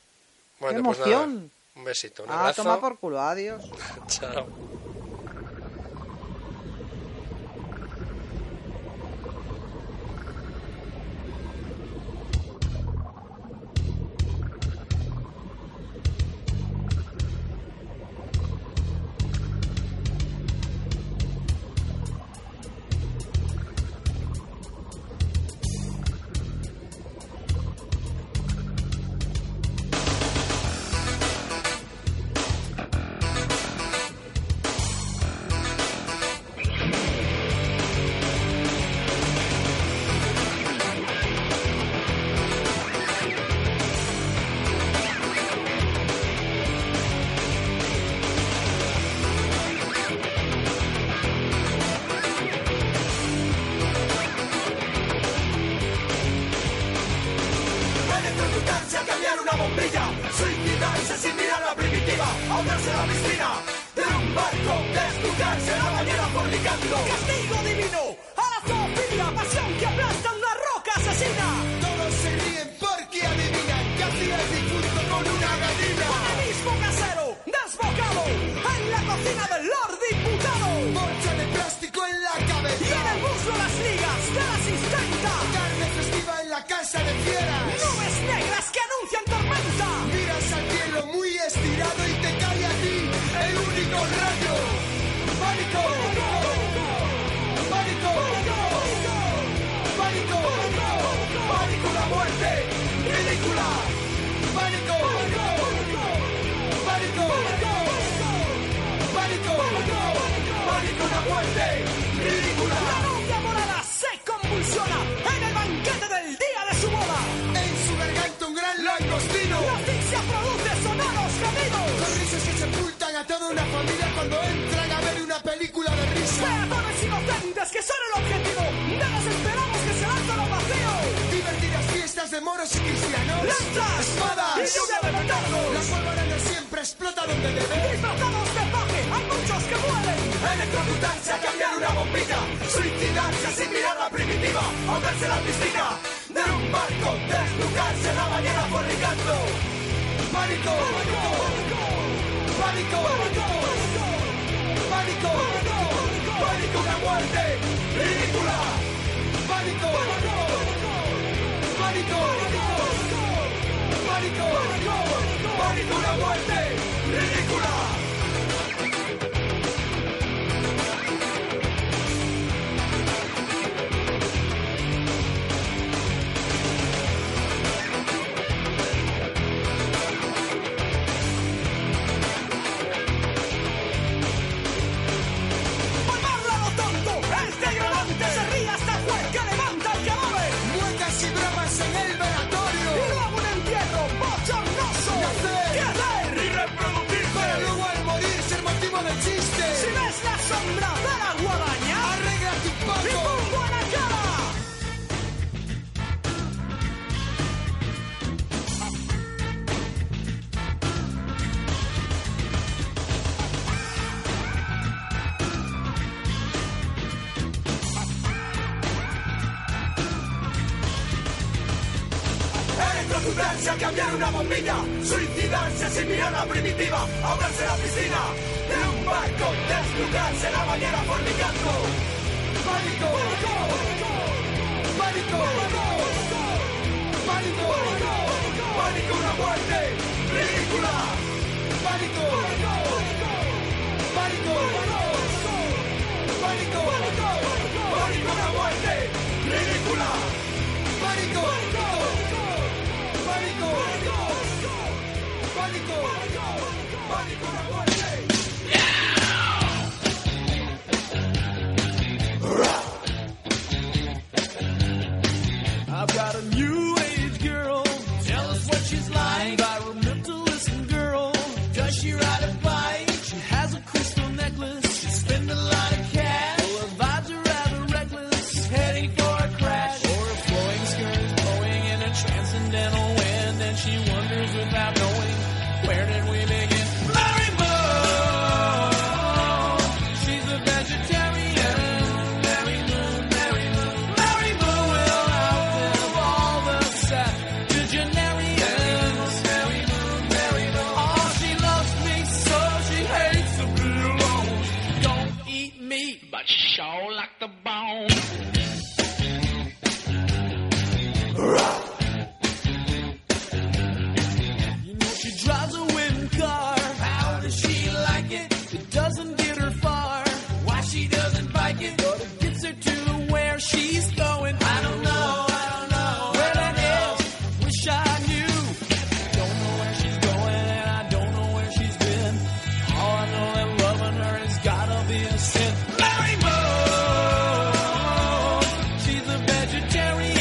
Speaker 5: Bueno,
Speaker 6: ¡Qué
Speaker 5: pues nada,
Speaker 6: emoción!
Speaker 5: un besito, un
Speaker 6: ah,
Speaker 5: abrazo.
Speaker 6: toma por culo, adiós.
Speaker 5: Chao.
Speaker 7: Puedes preguntarse a cambiar una bombilla, suicidarse sin mirar la primitiva, ahogarse en la piscina de un barco, desnudarse en la bañera fornicando. Castigo divino a la zoofilia, pasión que aplasta una roca asesina. Todos se ríen porque adivinan que así es difunto con una gallina. Panelismo casero, desbocado, en la cocina del Lord Diputado. Bolsa de plástico en la cabeza. Y en el muslo las ligas de la asistenta. Carne festiva en la casa de fieras. Nubes negras que anuncian tormenta. Miras al cielo muy estirado y te cae a ti el único rayo. Pánico. Pánico. Pánico. Pánico. la muerte. Ridícula. Pánico. Pánico. Pánico. Pánico la muerte. Ridícula. La novia morada se convulsiona en el banquete del día de su boda. En su garganta un gran langostino. La asfixia produce sonoros gemidos. Sonrisas que sepultan a toda una familia cuando entran a ver una película de risa. Peatones inocentes que son el objetivo. No nos esperamos que se lanzan al vacío. Divertidas fiestas de moros y cristianos. Lanzas, espadas y lluvia de petardos. La pólvora siempre explota donde debe. Disfrazados de paje, hay muchos que mueren. Electrocutarse a cambiar una bombilla. Suicidarse sin mirar la primitiva. Ahogarse en la piscina de un barco. Desnucarse en la bañera fornicando. Pánico, pánico, pánico, pánico, pánico, pánico, una muerte ridícula. Pánico, pánico, pánico, pánico,
Speaker 8: abundancia, cambiar una bombilla, suicidarse sin mirar la primitiva, ahogarse en la piscina, de un barco, desnudarse en la bañera fornicando. Pánico, pánico, pánico, pánico, pánico, pánico, una muerte ridícula. Pánico, pánico, pánico, pánico, una muerte ridícula. Pánico, pánico, pánico, pánico, una muerte.
Speaker 7: I've got a new age girl. Tell us what she's like. Environmentalist girl. Does she ride a bike? She has a crystal necklace. She spends a lot of cash. Well, her vibes are rather reckless. She's heading for a crash. Or a flowing skirt is blowing in a transcendental wind. And she wonders without knowing where did we begin? Mary Moon! She's a vegetarian. Mary Moon, Mary Moon. Mary Moon will outlive all the septuagenarians. Mary Moon, Mary Moon. Oh, she loves me so she hates the blue alone. Don't eat meat, but sure like the bone. You know she drives a wooden car. How does she like it? It doesn't get her far. Why she doesn't like it? But it gets her to where she's going. I don't know. I don't know. Where that is? Wish I knew. Don't know where she's going and I don't know where she's been. All I know that loving her has gotta be a sin. Mary Moon, she's a vegetarian.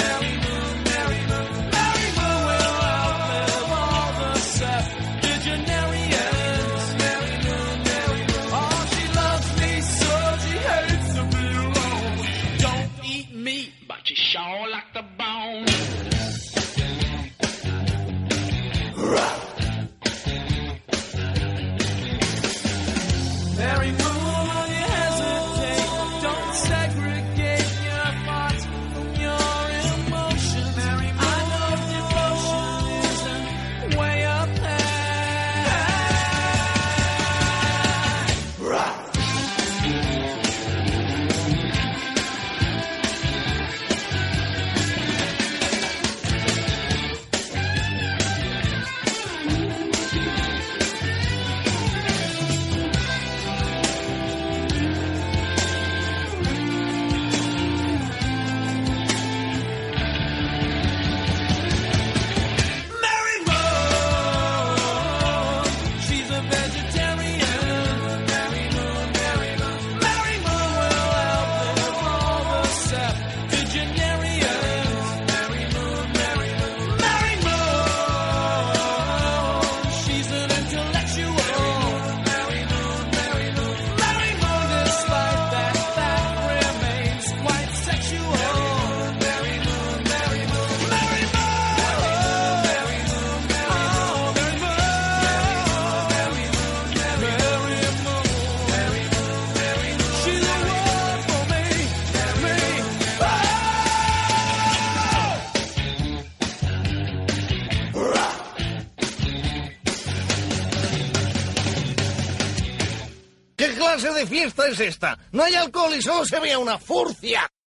Speaker 7: Mary Moon, Mary Moon, Mary Moon will outlive all the septuagenarians. Mary Moon, Mary Moon, oh she loves me so she hates to be alone. Don't eat meat, but she sure like the bone. Mary Moon, when you hesitate, don't segregate your thoughts from your emotions. Mary Moon, I know devotion is a way up Mary Moon. She's a vegetarian. Mary Moon, Mary Moon, Mary Moon will outlive all the septuagenarians. Mary Moon, Mary Moon, Mary Moon. She's an intellectual. Mary Moon, Mary Moon, Mary Moon. Despite that, that remains quite sexual. Mary Moon, Mary Moon, Mary Moon, Mary Moon.
Speaker 3: ¿Qué clase de fiesta es esta? No hay alcohol y solo se veía una furcia.